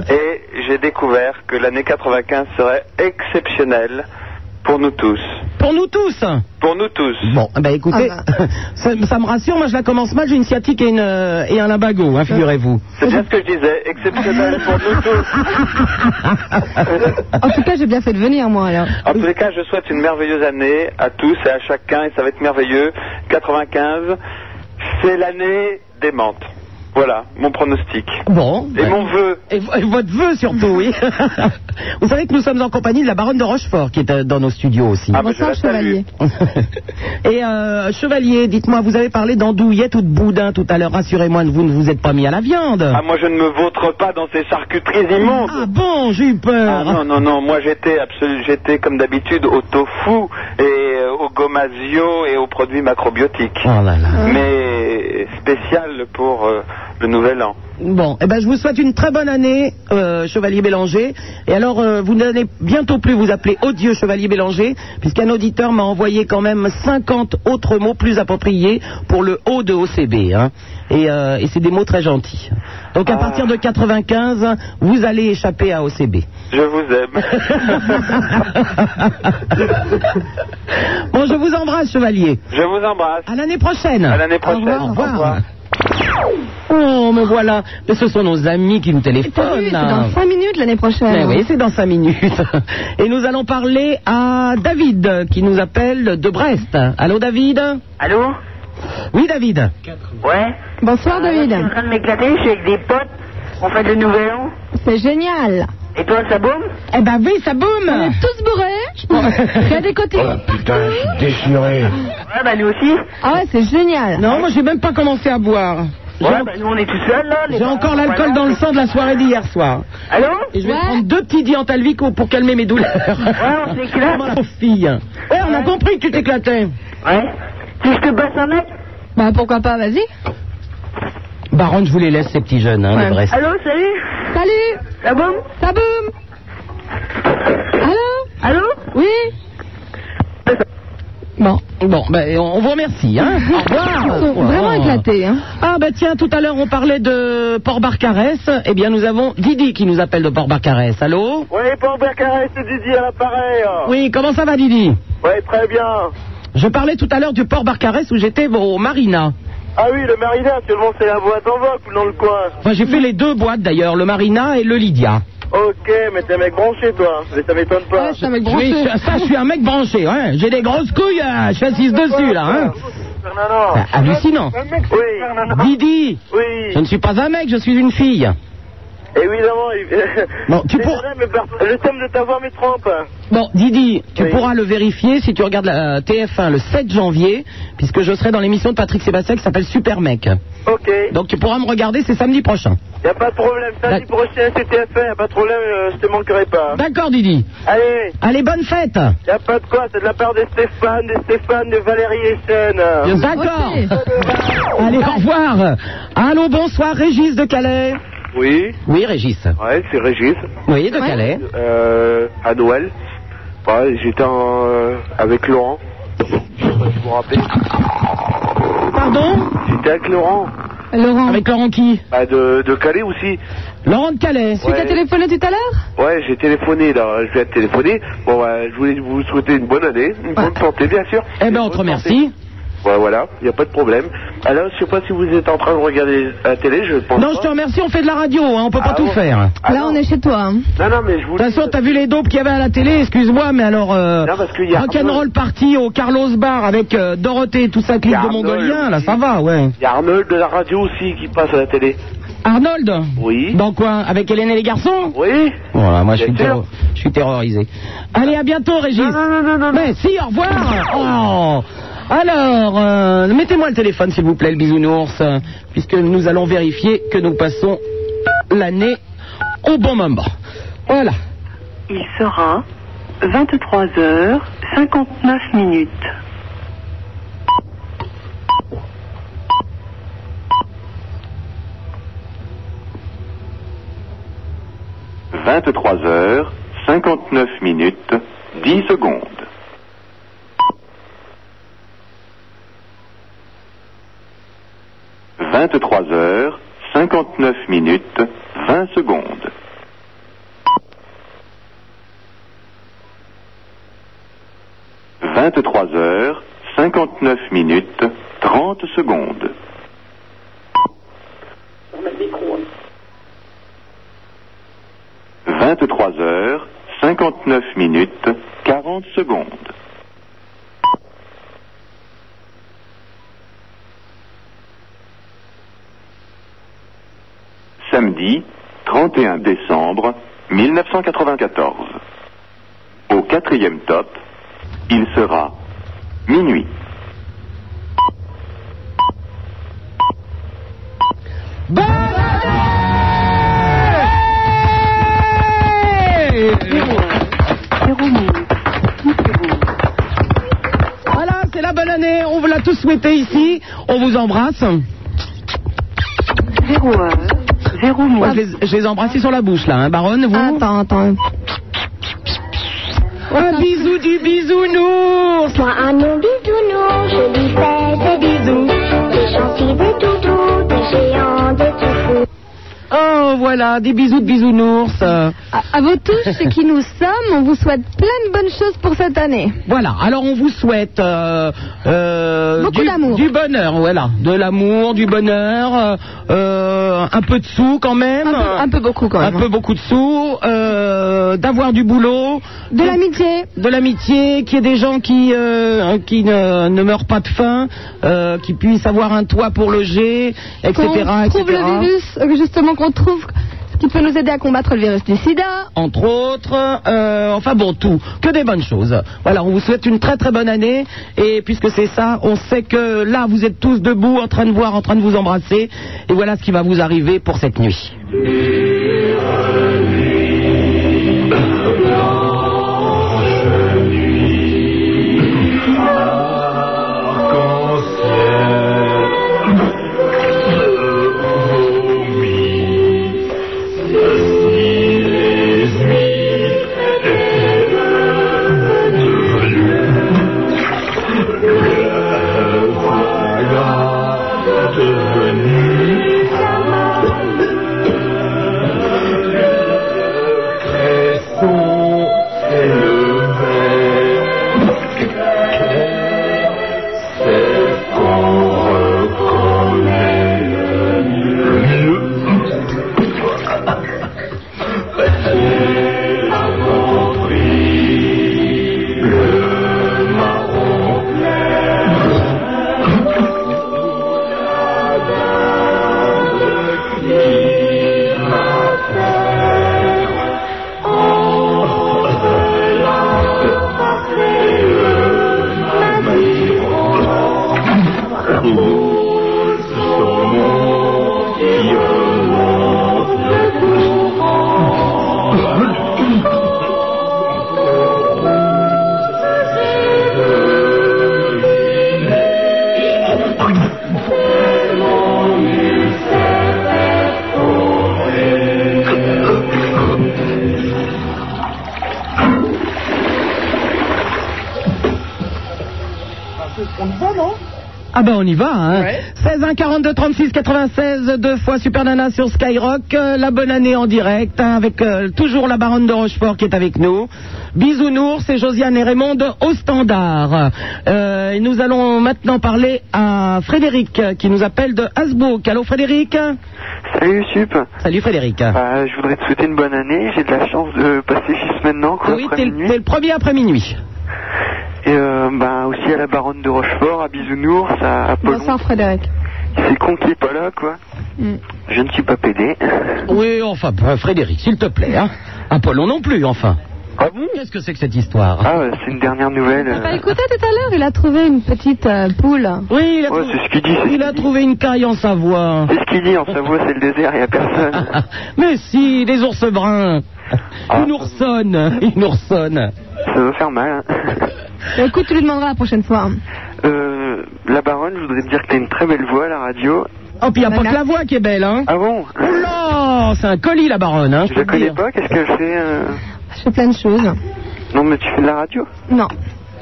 S11: et j'ai découvert que l'année 95 serait exceptionnelle pour nous tous.
S4: Pour nous tous hein.
S11: Pour nous tous.
S4: Bon, eh ben écoutez, ça, ça me rassure, moi je la commence mal, j'ai une sciatique et, une, euh, et un lumbago, hein, figurez-vous.
S11: C'est bien ce que je disais, exceptionnel pour nous tous.
S12: En tout cas, j'ai bien fait de venir, moi, alors.
S4: Oh,
S11: En tous les cas, je souhaite une merveilleuse année à tous et à chacun, et ça va être merveilleux. 95, c'est l'année des menthes. Voilà, mon pronostic.
S4: Bon.
S11: Et mon vœu.
S4: Et, vo- et votre vœu surtout, oui. Vous savez que nous sommes en compagnie de la baronne de Rochefort qui est euh, dans nos studios aussi.
S11: Ah, bah, je Bonsoir, la salue.
S4: et euh, chevalier, dites-moi, vous avez parlé d'andouillette ou de boudin tout à l'heure. Rassurez-moi, vous ne vous êtes pas mis à la viande.
S11: Ah, moi, je ne me vautre pas dans ces charcuteries immondes.
S4: Ah bah. bon, j'ai eu peur.
S11: Ah, non, non, non, moi, j'étais absolu- j'étais comme d'habitude au tofu et euh, au gomasio et aux produits macrobiotiques.
S4: Oh là là.
S11: Mais spécial pour euh, le nouvel an.
S4: Bon, eh ben, je vous souhaite une très bonne année, euh, Chevalier Bélanger. Et alors, euh, vous n'allez bientôt plus vous appeler odieux Chevalier Bélanger, puisqu'un auditeur m'a envoyé quand même 50 autres mots plus appropriés pour le haut de OCB. hein. Et, euh, et c'est des mots très gentils. Donc, à partir de 95, vous allez échapper à OCB.
S11: Je vous aime.
S4: Bon, je vous embrasse, Chevalier.
S11: je vous embrasse.
S4: À l'année prochaine.
S11: À l'année prochaine.
S4: Au revoir. au revoir. Oh, me voilà. Mais ce sont nos amis qui nous téléphonent.
S12: Salut, c'est
S4: là.
S12: dans 5 minutes l'année prochaine.
S4: Mais Ben oui, c'est dans 5 minutes. Et nous allons parler à David qui nous appelle de Brest. Allô David
S23: Allô
S4: Oui David.
S23: Ouais. Ah,
S12: Bonsoir, David.
S23: Je suis en train de m'éclater, je suis avec des potes. On fait le nouvel an.
S12: C'est génial.
S23: Et toi, ça baume
S12: Euh,
S4: Eh ben oui, ça baume
S12: On est tous bourrés. Il y a des côtés.
S4: Oh,
S23: Putain, je suis déchiré. Ouais, bah nous aussi.
S12: Ah ouais, c'est génial.
S4: Non, moi j'ai même pas commencé à boire. J'ai
S23: Ouais,
S4: en-
S23: bah nous on est tout seuls là. les
S4: J'ai
S23: parents
S4: encore
S23: sont
S4: l'alcool
S23: pas
S4: dans
S23: là.
S4: le sang de la soirée d'hier soir.
S23: Allô
S4: Et je vais
S23: Ouais.
S4: prendre deux petits Diantalvic pour calmer mes douleurs.
S23: Ouais, on s'éclate.
S4: Comme ma fille. Ouais, on a compris que tu t'éclatais.
S23: Ouais. Tu veux que je te basse un mec
S12: Bah pourquoi pas, vas-y.
S4: Baron, je vous les laisse ces petits jeunes hein,
S12: Ouais.
S4: de Brest.
S23: Allô, salut
S12: Salut.
S23: Ça baume
S12: Ça boum. Allô
S23: Allô
S12: Oui Bon.
S4: Bon, ben on vous remercie. Hein. Au revoir.
S12: Ils sont vraiment éclatés, hein.
S4: Ah bah tiens, tout à l'heure on parlait de Port-Barcarès. Eh bien nous avons Didi qui nous appelle de Port-Barcarès. Allô
S8: Oui, Port Bercaret, c'est Didier à l'appareil. hein.
S4: Oui, comment ça va Didi
S8: Oui, très bien.
S4: Je parlais tout à l'heure du Port-Barcarès où j'étais au Marina.
S8: Ah oui, le Marina, actuellement, c'est la boîte en vogue dans le coin.
S4: Enfin, j'ai fait les deux boîtes d'ailleurs, le Marina et le Lydia.
S8: Ok, mais t'es un mec branché, toi. Mais ça m'étonne pas.
S12: Ouais, c'est un mec
S4: Je suis-
S12: branché.
S4: ça, je suis un mec branché, hein. J'ai des grosses couilles, hein. je suis assise dessus là. Hein. Bah, hallucinant.
S8: Oui.
S4: Didi,
S8: Oui.
S4: je ne suis pas un mec, je suis une fille.
S8: Évidemment.
S4: Non, tu pour-
S8: Le thème de ta voix me trompe.
S4: Bon, Didi, tu
S8: Oui.
S4: pourras le vérifier si tu regardes la euh, TF1 le 7 janvier, puisque je serai dans l'émission de Patrick Sébastien qui s'appelle Super Mec.
S8: Ok.
S4: Donc tu pourras me regarder, c'est samedi prochain.
S8: Y a pas de problème. Samedi prochain, c'est TF1. Y a pas de problème, euh, je te manquerai pas.
S4: D'accord, Didi. Ah.
S8: Allez.
S4: Allez, bonne fête.
S8: Y a pas de quoi. C'est de la part de Stéphane, de Stéphane, de Valérie et
S4: D'accord. Allez, au revoir. Allô, bonsoir, Régis de Calais.
S24: Oui,
S4: Oui, Régis.
S24: ouais, c'est Régis.
S4: Oui, de Calais.
S24: Euh, à Noël, ouais, j'étais en, euh, avec Laurent. Je sais pas si vous vous rappelez.
S4: Pardon
S24: J'étais avec Laurent,
S12: Laurent,
S4: Avec Laurent qui
S24: bah, de, de Calais aussi.
S4: Laurent de Calais.
S12: tu t'as téléphoné tout à l'heure
S24: Ouais, j'ai téléphoné, là, je viens de téléphoner. Bon, bah, je voulais vous souhaiter une bonne année, une bonne santé, bien sûr.
S4: Eh ben,
S24: Une
S4: on te
S24: bonne
S4: remercie.
S24: santé.
S11: Ouais, voilà, il n'y a pas de problème. Alors, je sais pas si vous êtes en train de regarder la télé, je pense.
S4: Non, je te remercie, on fait de la radio, hein, on peut pas
S11: Ah
S4: tout
S11: bon
S4: faire.
S12: Là, on est chez toi. hein.
S11: Non, non, mais je vous
S4: De toute façon, t'as vu les dopes qu'il y avait à la télé, excuse-moi, mais alors, euh, rock'n'roll party au Carlos Bar avec euh, Dorothée et tout ça, clip
S11: Il y a
S4: de
S11: Arnold
S4: Mongolien, là,
S11: aussi.
S4: ça va, ouais.
S11: Il y a Arnold de la radio aussi qui passe à la télé.
S4: Arnold
S11: Oui.
S4: Dans quoi Avec Hélène et les garçons
S11: Oui.
S4: Voilà, moi je suis,
S11: Bien sûr.
S4: terro- je suis terrorisé. Allez, à bientôt, Régis. Non, non, non, non. Mais si, au revoir. Oh. Alors, euh, mettez-moi le téléphone, s'il vous plaît, le bisounours, euh, puisque nous allons vérifier que nous passons l'année au bon moment. Voilà.
S25: Il sera 23h59 minutes.
S26: h 23 heures, 59 minutes, 10 secondes. « 23 heures, 59 minutes, 20 secondes. « 23 heures, 59 minutes, 30 secondes.
S8: On a le micro. hein.
S26: 23 heures, 59 minutes, 40 secondes. 40. Samedi, 31 décembre 1994. Au quatrième top, il sera minuit.
S4: Voilà, c'est la bonne année. On vous l'a tous souhaité ici. On vous embrasse. Zéro Zéro je, les, je les embrasse ils sont sur la bouche, là, hein, Baronne, vous Attends, attends. Un bisou Oh, du bisounours
S8: Moi, un nom bisounours, je lui fais des bisous. Des gentils, des toutous, des géants, des tout fous.
S4: Oh, voilà, des bisous de bisounours. euh.
S12: À, à vos touches, ceux qui nous sommes, on vous souhaite plein de bonnes choses pour cette année.
S4: Voilà, alors on vous souhaite euh, euh,
S12: Beaucoup d'amour.
S4: du, du bonheur, voilà, de l'amour, du bonheur, euh, euh, un peu de sous quand même, un peu,
S12: beaucoup quand
S4: même, un peu beaucoup de sous, euh, d'avoir du boulot, de
S12: l'amitié,
S4: de l'amitié, qu'il y ait des gens qui euh, qui ne, ne meurent pas de faim, euh, qui puissent avoir un toit pour loger, etc.,
S12: Qu'on trouve
S4: etc.
S12: le virus, euh, justement, qu'on trouve ce qui peut nous aider à combattre le virus du sida.
S4: entre autres. euh, enfin bon, tout. Que des bonnes choses. Voilà, on vous souhaite une très très bonne année. Et puisque c'est ça, on sait que là, vous êtes tous debout, en train de voir, en train de vous embrasser. Et voilà ce qui va vous arriver pour cette nuit.
S8: Devenu
S4: Ah ben on y va. Hein. 16 1 42 36 96 deux fois Super Nana sur Skyrock. euh, la bonne année en direct hein, avec euh, toujours la baronne de Rochefort qui est avec nous. Bisounours, c'est Josiane et Raymond au standard. Euh, et nous allons maintenant parler à Frédéric euh, qui nous appelle de Hasbrook. Allô Frédéric.
S11: Salut Sup.
S4: Salut Frédéric.
S11: Bah, je voudrais te souhaiter une bonne année. J'ai de la chance de passer juste maintenant. Quoi,
S4: oui,
S11: après
S4: t'es
S11: minuit.
S4: le- t'es le premier après minuit.
S11: Et euh, bah, aussi à la baronne de Rochefort, à Bisounours, à Apollon.
S12: Bonsoir Frédéric.
S11: C'est con qui est pas là, quoi.
S12: Mm.
S11: Je ne suis pas pédé.
S4: Oui, enfin, bah, Frédéric, s'il te plaît. Hein. Apollon non plus, enfin. Qu'est-ce que c'est que cette histoire
S11: Ah, ouais, c'est une dernière nouvelle. euh,
S12: T'as pas écouté tout à l'heure, il a trouvé une petite euh, poule.
S4: Oui, il a,
S12: Ah,
S11: Ouais,
S4: trouvé,
S11: c'est ce qu'il dit. c'est-
S4: il a trouvé une caille en Savoie.
S11: C'est ce qu'il dit en Savoie, c'est le désert, il n'y a personne.
S4: Mais si, des ours bruns. Une oursonne, une oursonne.
S11: Ah. Ça doit faire mal. hein.
S12: Écoute, tu lui demanderas la prochaine fois.
S4: Ah.
S11: Euh, la baronne, je voudrais te dire que t'as une très belle voix à la radio.
S4: Oh, puis il n'y a pas que la voix qui est belle, hein
S11: Ah bon
S4: Oula, Oh, c'est un colis, la baronne, hein, je
S11: Je la
S4: peux te
S11: connais
S4: dire.
S11: pas, qu'est-ce qu'elle fait euh
S12: Je fais plein de choses.
S11: Non, mais tu fais de la radio
S12: Non.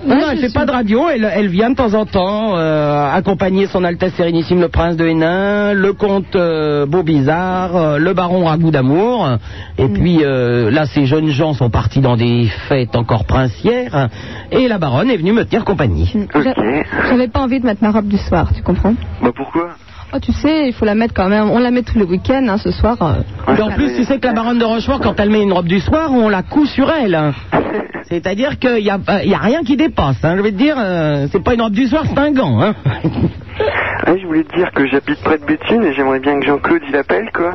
S4: Non, non, elle fait pas de radio, elle, elle vient de temps en temps euh, accompagner son Altesse Sérénissime le Prince de Hénin, le comte euh, Beaubizarre, euh, le baron Ragout d'Amour. Et puis euh, là, ces jeunes gens sont partis dans des fêtes encore princières. hein, Et la baronne est venue me tenir compagnie.
S12: J'avais pas envie de mettre ma robe du soir, tu comprends
S11: Bah pourquoi
S12: Oh, tu sais, il faut la mettre quand même. On la met tous les week-ends, hein, ce soir. euh.
S4: Et en plus, tu sais que la baronne de Rochefort, quand elle met une robe du soir, on la coud sur elle. hein. C'est-à-dire qu'il n'y a, euh, il y a rien qui dépasse. hein. Je vais te dire, euh, c'est pas une robe du soir, c'est un gant. hein.
S11: Ouais, je voulais te dire que j'habite près de Béthune et j'aimerais bien que Jean-Claude il appelle quoi.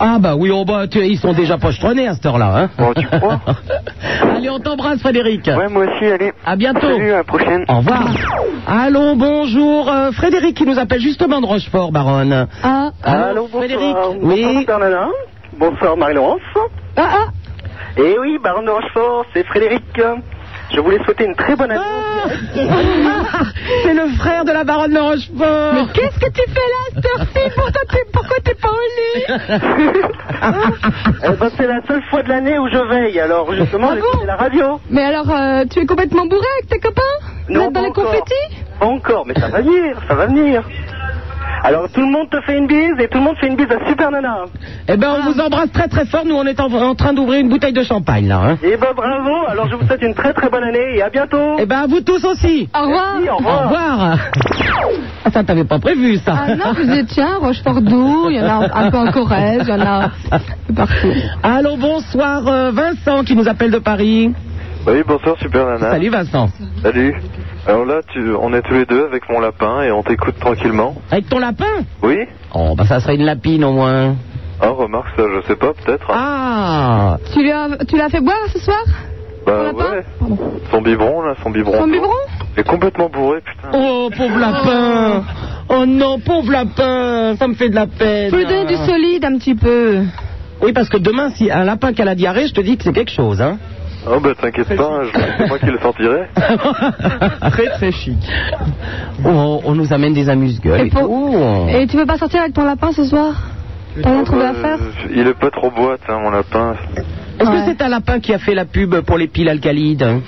S4: Ah bah oui, oh bah, tu- ils sont déjà pochetronnés à cette heure-là. Hein.
S8: Oh,
S4: allez, on t'embrasse Frédéric. Ouais,
S11: moi aussi, allez.
S4: À bientôt.
S11: Salut, à la prochaine.
S4: Au revoir. Allons, bonjour. euh, Frédéric qui nous appelle justement de Rochefort, baronne.
S12: Ah,
S4: Allô, Frédéric.
S8: Bonsoir, Super Nana. Bonsoir, Marie-Laurence.
S12: Ah,
S8: Eh oui, Baron de Rochefort, c'est Frédéric. Je voulais souhaiter une très bonne année.
S4: Ah. C'est le frère de la baronne de Rochefort.
S12: Mais qu'est-ce que tu fais là, Starcy Pourquoi t'es, pourquoi t'es pas au lit
S8: Eh ben, c'est la seule fois de l'année où je veille, alors justement,
S12: Ah
S8: j'ai
S12: bon
S8: écouté la radio.
S12: Mais alors, euh, tu es complètement bourré avec tes copains Vous
S8: Non,
S12: êtes dans
S8: pas
S12: les
S8: encore.
S12: confettis
S8: Pas encore, mais ça va venir, ça va venir. Alors tout le monde te fait une bise et tout le monde fait une bise à Super Nana.
S4: Eh ben, on
S12: Ah.
S4: vous embrasse très très fort. Nous, on est en, en train d'ouvrir une bouteille de champagne, là. Hein.
S8: Eh ben bravo, alors je vous souhaite une très très bonne année et à bientôt.
S4: Eh ben, à vous tous aussi.
S12: Au revoir.
S8: Merci, au revoir.
S4: Au revoir. Ah, ça, t'avais pas prévu, ça.
S12: Ah non, vous êtes tiens, Rochefort doux, il y en a un peu en Corrèze, il y en a partout.
S4: Allô, bonsoir, euh, Vincent qui nous appelle de Paris.
S27: Bah oui, bonsoir Super Nana.
S4: Salut, Vincent.
S27: Salut. Alors là, tu, on est tous les deux avec mon lapin et on t'écoute tranquillement.
S4: Avec ton lapin
S27: Oui
S4: Oh, bah ça serait une lapine au moins.
S27: Ah, remarque ça, je sais pas, peut-être.
S4: Ah
S12: Tu, lui as- tu l'as fait boire ce soir
S27: bah ouais. Son biberon là, son biberon.
S12: Son biberon
S27: Il est complètement bourré, putain.
S4: Oh, pauvre lapin Oh non, pauvre lapin Ça me fait de la peine.
S12: Faut lui donner Oh, du solide un petit peu.
S4: Oui, parce que demain, si un lapin qui a la diarrhée, je te dis que c'est quelque chose, hein.
S27: Oh bah t'inquiète pas, je- c'est moi qui le sortirai.
S4: très très chic. On, on nous amène des amuse-gueules.
S12: Et, pour-
S4: tout.
S12: et tu veux pas sortir avec ton lapin ce soir T'as rien trouvé à faire
S27: Euh, il est pas trop boîte, hein, mon lapin.
S4: Euh, Est-ce que c'est un lapin qui a fait la pub pour les piles alcalides hein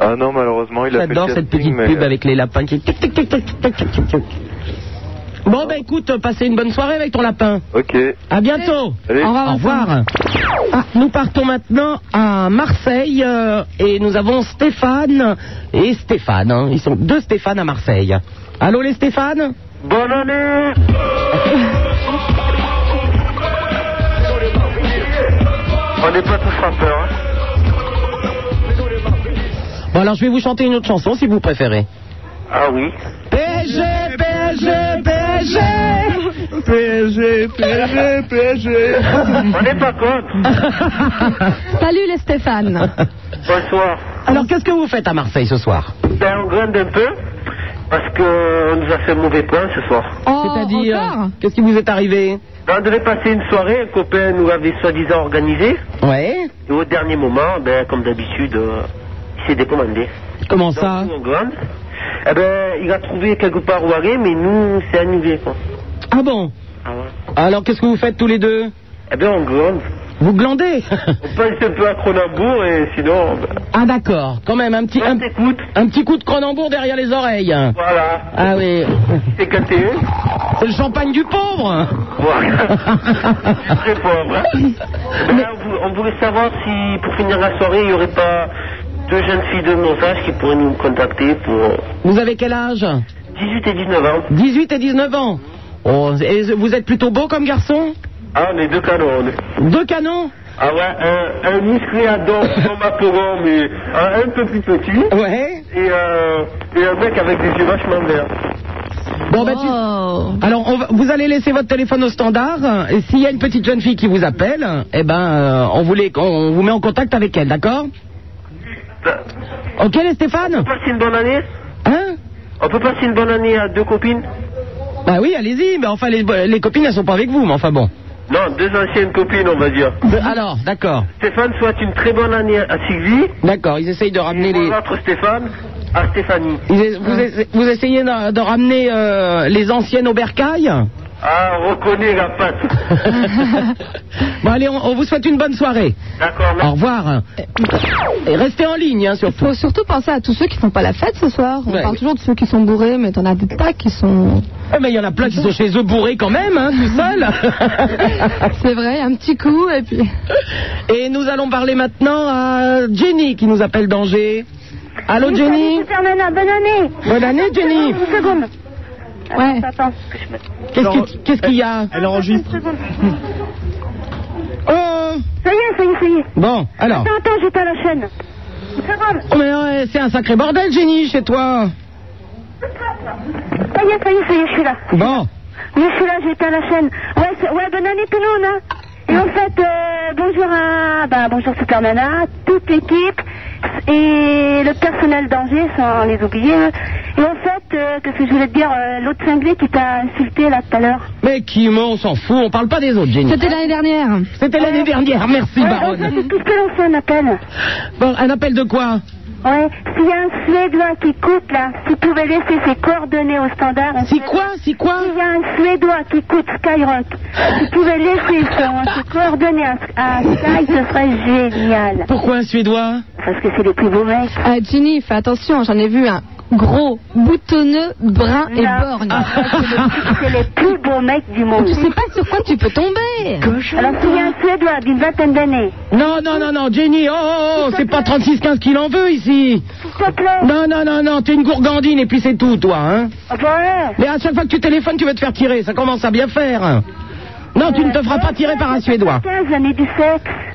S27: Ah non, malheureusement, il a fait le
S4: J'adore cette
S27: casting,
S4: petite
S27: mais- euh,
S4: pub avec les lapins qui. tic, tic, tic, tic, tic, tic, tic, tic. Bon, bah écoute, euh, passez une bonne soirée avec ton lapin.
S27: Ok.
S4: À bientôt.
S27: Allez.
S4: Au revoir.
S27: Au revoir.
S4: Ah, nous partons maintenant à Marseille euh, et nous avons Stéphane et Stéphane. hein. Ils sont deux Stéphane à Marseille. Allô les Stéphane
S8: Bonne année On n'est pas tous chanteurs, hein.
S4: Bon alors je vais vous chanter une autre chanson si vous préférez.
S8: Ah oui
S4: PSG, PSG, PSG
S8: PSG, PSG, PSG On n'est pas contre
S12: Salut les Stéphane.
S8: Bonsoir
S4: Alors qu'est-ce que vous faites à Marseille ce soir
S8: Ben, on gronde un peu, parce qu'on nous a fait un mauvais point ce soir.
S27: Oh,
S4: C'est-à-dire, qu'est-ce qui vous est arrivé
S8: Ben, on devait passer une soirée, un copain nous l'avait soi-disant organisé,
S4: Ouais.
S8: et au dernier moment, ben, comme d'habitude, euh, il s'est décommandé.
S4: Comment
S8: Donc,
S4: ça hein.
S8: nous, on gronde. Eh ben, il a trouvé quelque part où aller, mais nous, c'est annulé, quoi.
S4: Ah bon
S8: Ah ouais.
S4: Alors qu'est-ce que vous faites tous les deux
S8: Eh ben, on gronde.
S4: Vous glandez
S8: On passe un peu à Cronenbourg et sinon. bah,
S4: Ah d'accord, quand même, un petit, un, un petit coup de Cronenbourg derrière les oreilles.
S8: Voilà.
S4: Ah oui.
S8: C'est éclaté.
S4: C'est le champagne du pauvre
S8: Très pauvre. hein. Ben là, on vou- on voulait savoir si, pour finir la soirée, il n'y aurait pas deux jeunes filles de nos âges qui pourraient nous contacter pour
S4: Vous avez quel âge
S8: 18 et 19 ans.
S4: 18 et 19 ans. Oh, et vous êtes plutôt beau comme garçon
S8: Ah, on est deux canons. on est.
S4: Deux canons
S8: Ah ouais, un, un musclé à dents comme un poron, mais un, un peu plus petit.
S4: Ouais.
S8: Et, euh, et un mec avec des yeux vachement verts.
S4: Bon, ben, tu- Alors, on va- vous allez laisser votre téléphone au standard. Et s'il y a une petite jeune fille qui vous appelle, eh ben, euh, on, vous les- on- on vous met en contact avec elle, d'accord Ok, les Stéphane
S8: Passer une bonne année
S4: Hein
S8: On peut passer une bonne année à deux copines
S4: Bah oui, allez-y. Mais enfin, les, les copines, elles sont pas avec vous, mais enfin bon.
S8: Non, deux anciennes copines, on va dire.
S4: Alors, d'accord.
S8: Stéphane souhaite une très bonne année à Sylvie.
S4: D'accord, ils essayent de ramener les...
S8: Notre Stéphane à Stéphanie.
S4: Ils es- vous, es- vous essayez de, de ramener euh, les anciennes au bercail
S8: Ah, on reconnaît la patte.
S4: Bon, allez, on, on vous souhaite une bonne soirée.
S8: D'accord,
S4: Au revoir. Et restez en ligne, hein, surtout.
S28: Faut surtout penser à tous ceux qui font pas la fête ce soir. On
S4: Ouais,
S28: parle
S4: oui.
S28: toujours de ceux qui sont bourrés, mais t'en as des tas qui sont.
S4: Eh, mais il y en a plein qui sont chez eux bourrés quand même, hein, tout seuls.
S28: C'est vrai, un petit coup et puis.
S4: Et nous allons parler maintenant à Jenny qui nous appelle d'Angers. Allô
S12: Oui,
S4: Jenny
S12: salut, Superman, bonne année.
S4: Bonne année Jenny
S12: Une seconde.
S28: Ouais.
S12: Attends,
S4: Qu'est-ce qui- qu'est-ce qu'il y a
S12: Elle enregistre.
S4: Oh
S12: Ça y est, ça y est, ça y est.
S4: Bon, alors.
S12: Attends, attends, j'ai pas la chaîne. Une seconde.
S4: Oh, mais ouais, c'est un sacré bordel Jenny chez toi.
S12: Ça y est, ça y est, ça y est, je suis là.
S4: Bon.
S12: Oui, je suis là, j'ai pas la chaîne. Ouais, c'est- ouais, bonne année tout le monde. hein. Et en fait, euh, bonjour à, bah, bonjour Supermana, toute l'équipe et le personnel d'Angers, sans les oublier. hein. Et en fait, euh, qu'est-ce que je voulais te dire, euh, l'autre cinglé qui t'a insulté là tout à l'heure.
S4: Mais qui mais on s'en fout, on parle pas des autres Jenny.
S28: C'était l'année dernière.
S4: C'était l'année dernière, merci
S12: Ouais, en fait,
S4: Baronne.
S12: c'est tout ce que l'on fait un appel.
S4: Bon, un appel de quoi
S12: Ouais, s'il y a un Suédois qui coûte là, s'il pouvait laisser ses coordonnées au standard. Si quoi
S4: Si quoi
S12: S'il y a un Suédois qui coûte Skyrock, s'il pouvait laisser son- ses coordonnées à, à Sky, ce serait génial.
S4: Pourquoi un Suédois
S12: Parce que c'est les plus beaux mecs.
S28: Euh, Ginny, fais attention, j'en ai vu un gros, boutonneux, brun et
S12: Non.
S28: borgne.
S12: Ah, C'est les plus beaux mecs du monde.
S28: Tu sais pas sur quoi tu peux tomber.
S12: Alors s'il y a un Suédois d'une vingtaine d'années,
S4: Non, non, non, non, Jenny, oh, oh, oh, c'est pas 36-15 qu'il en veut ici.
S12: s'il te plaît.
S4: Non, non, non, non, t'es une gourgandine et puis c'est tout, toi, hein.
S12: Ah bah ouais.
S4: Mais à chaque fois que tu téléphones, tu veux te faire tirer, ça commence à bien faire. Non, tu ne te feras pas tirer par un Suédois.
S12: 15 années du sexe.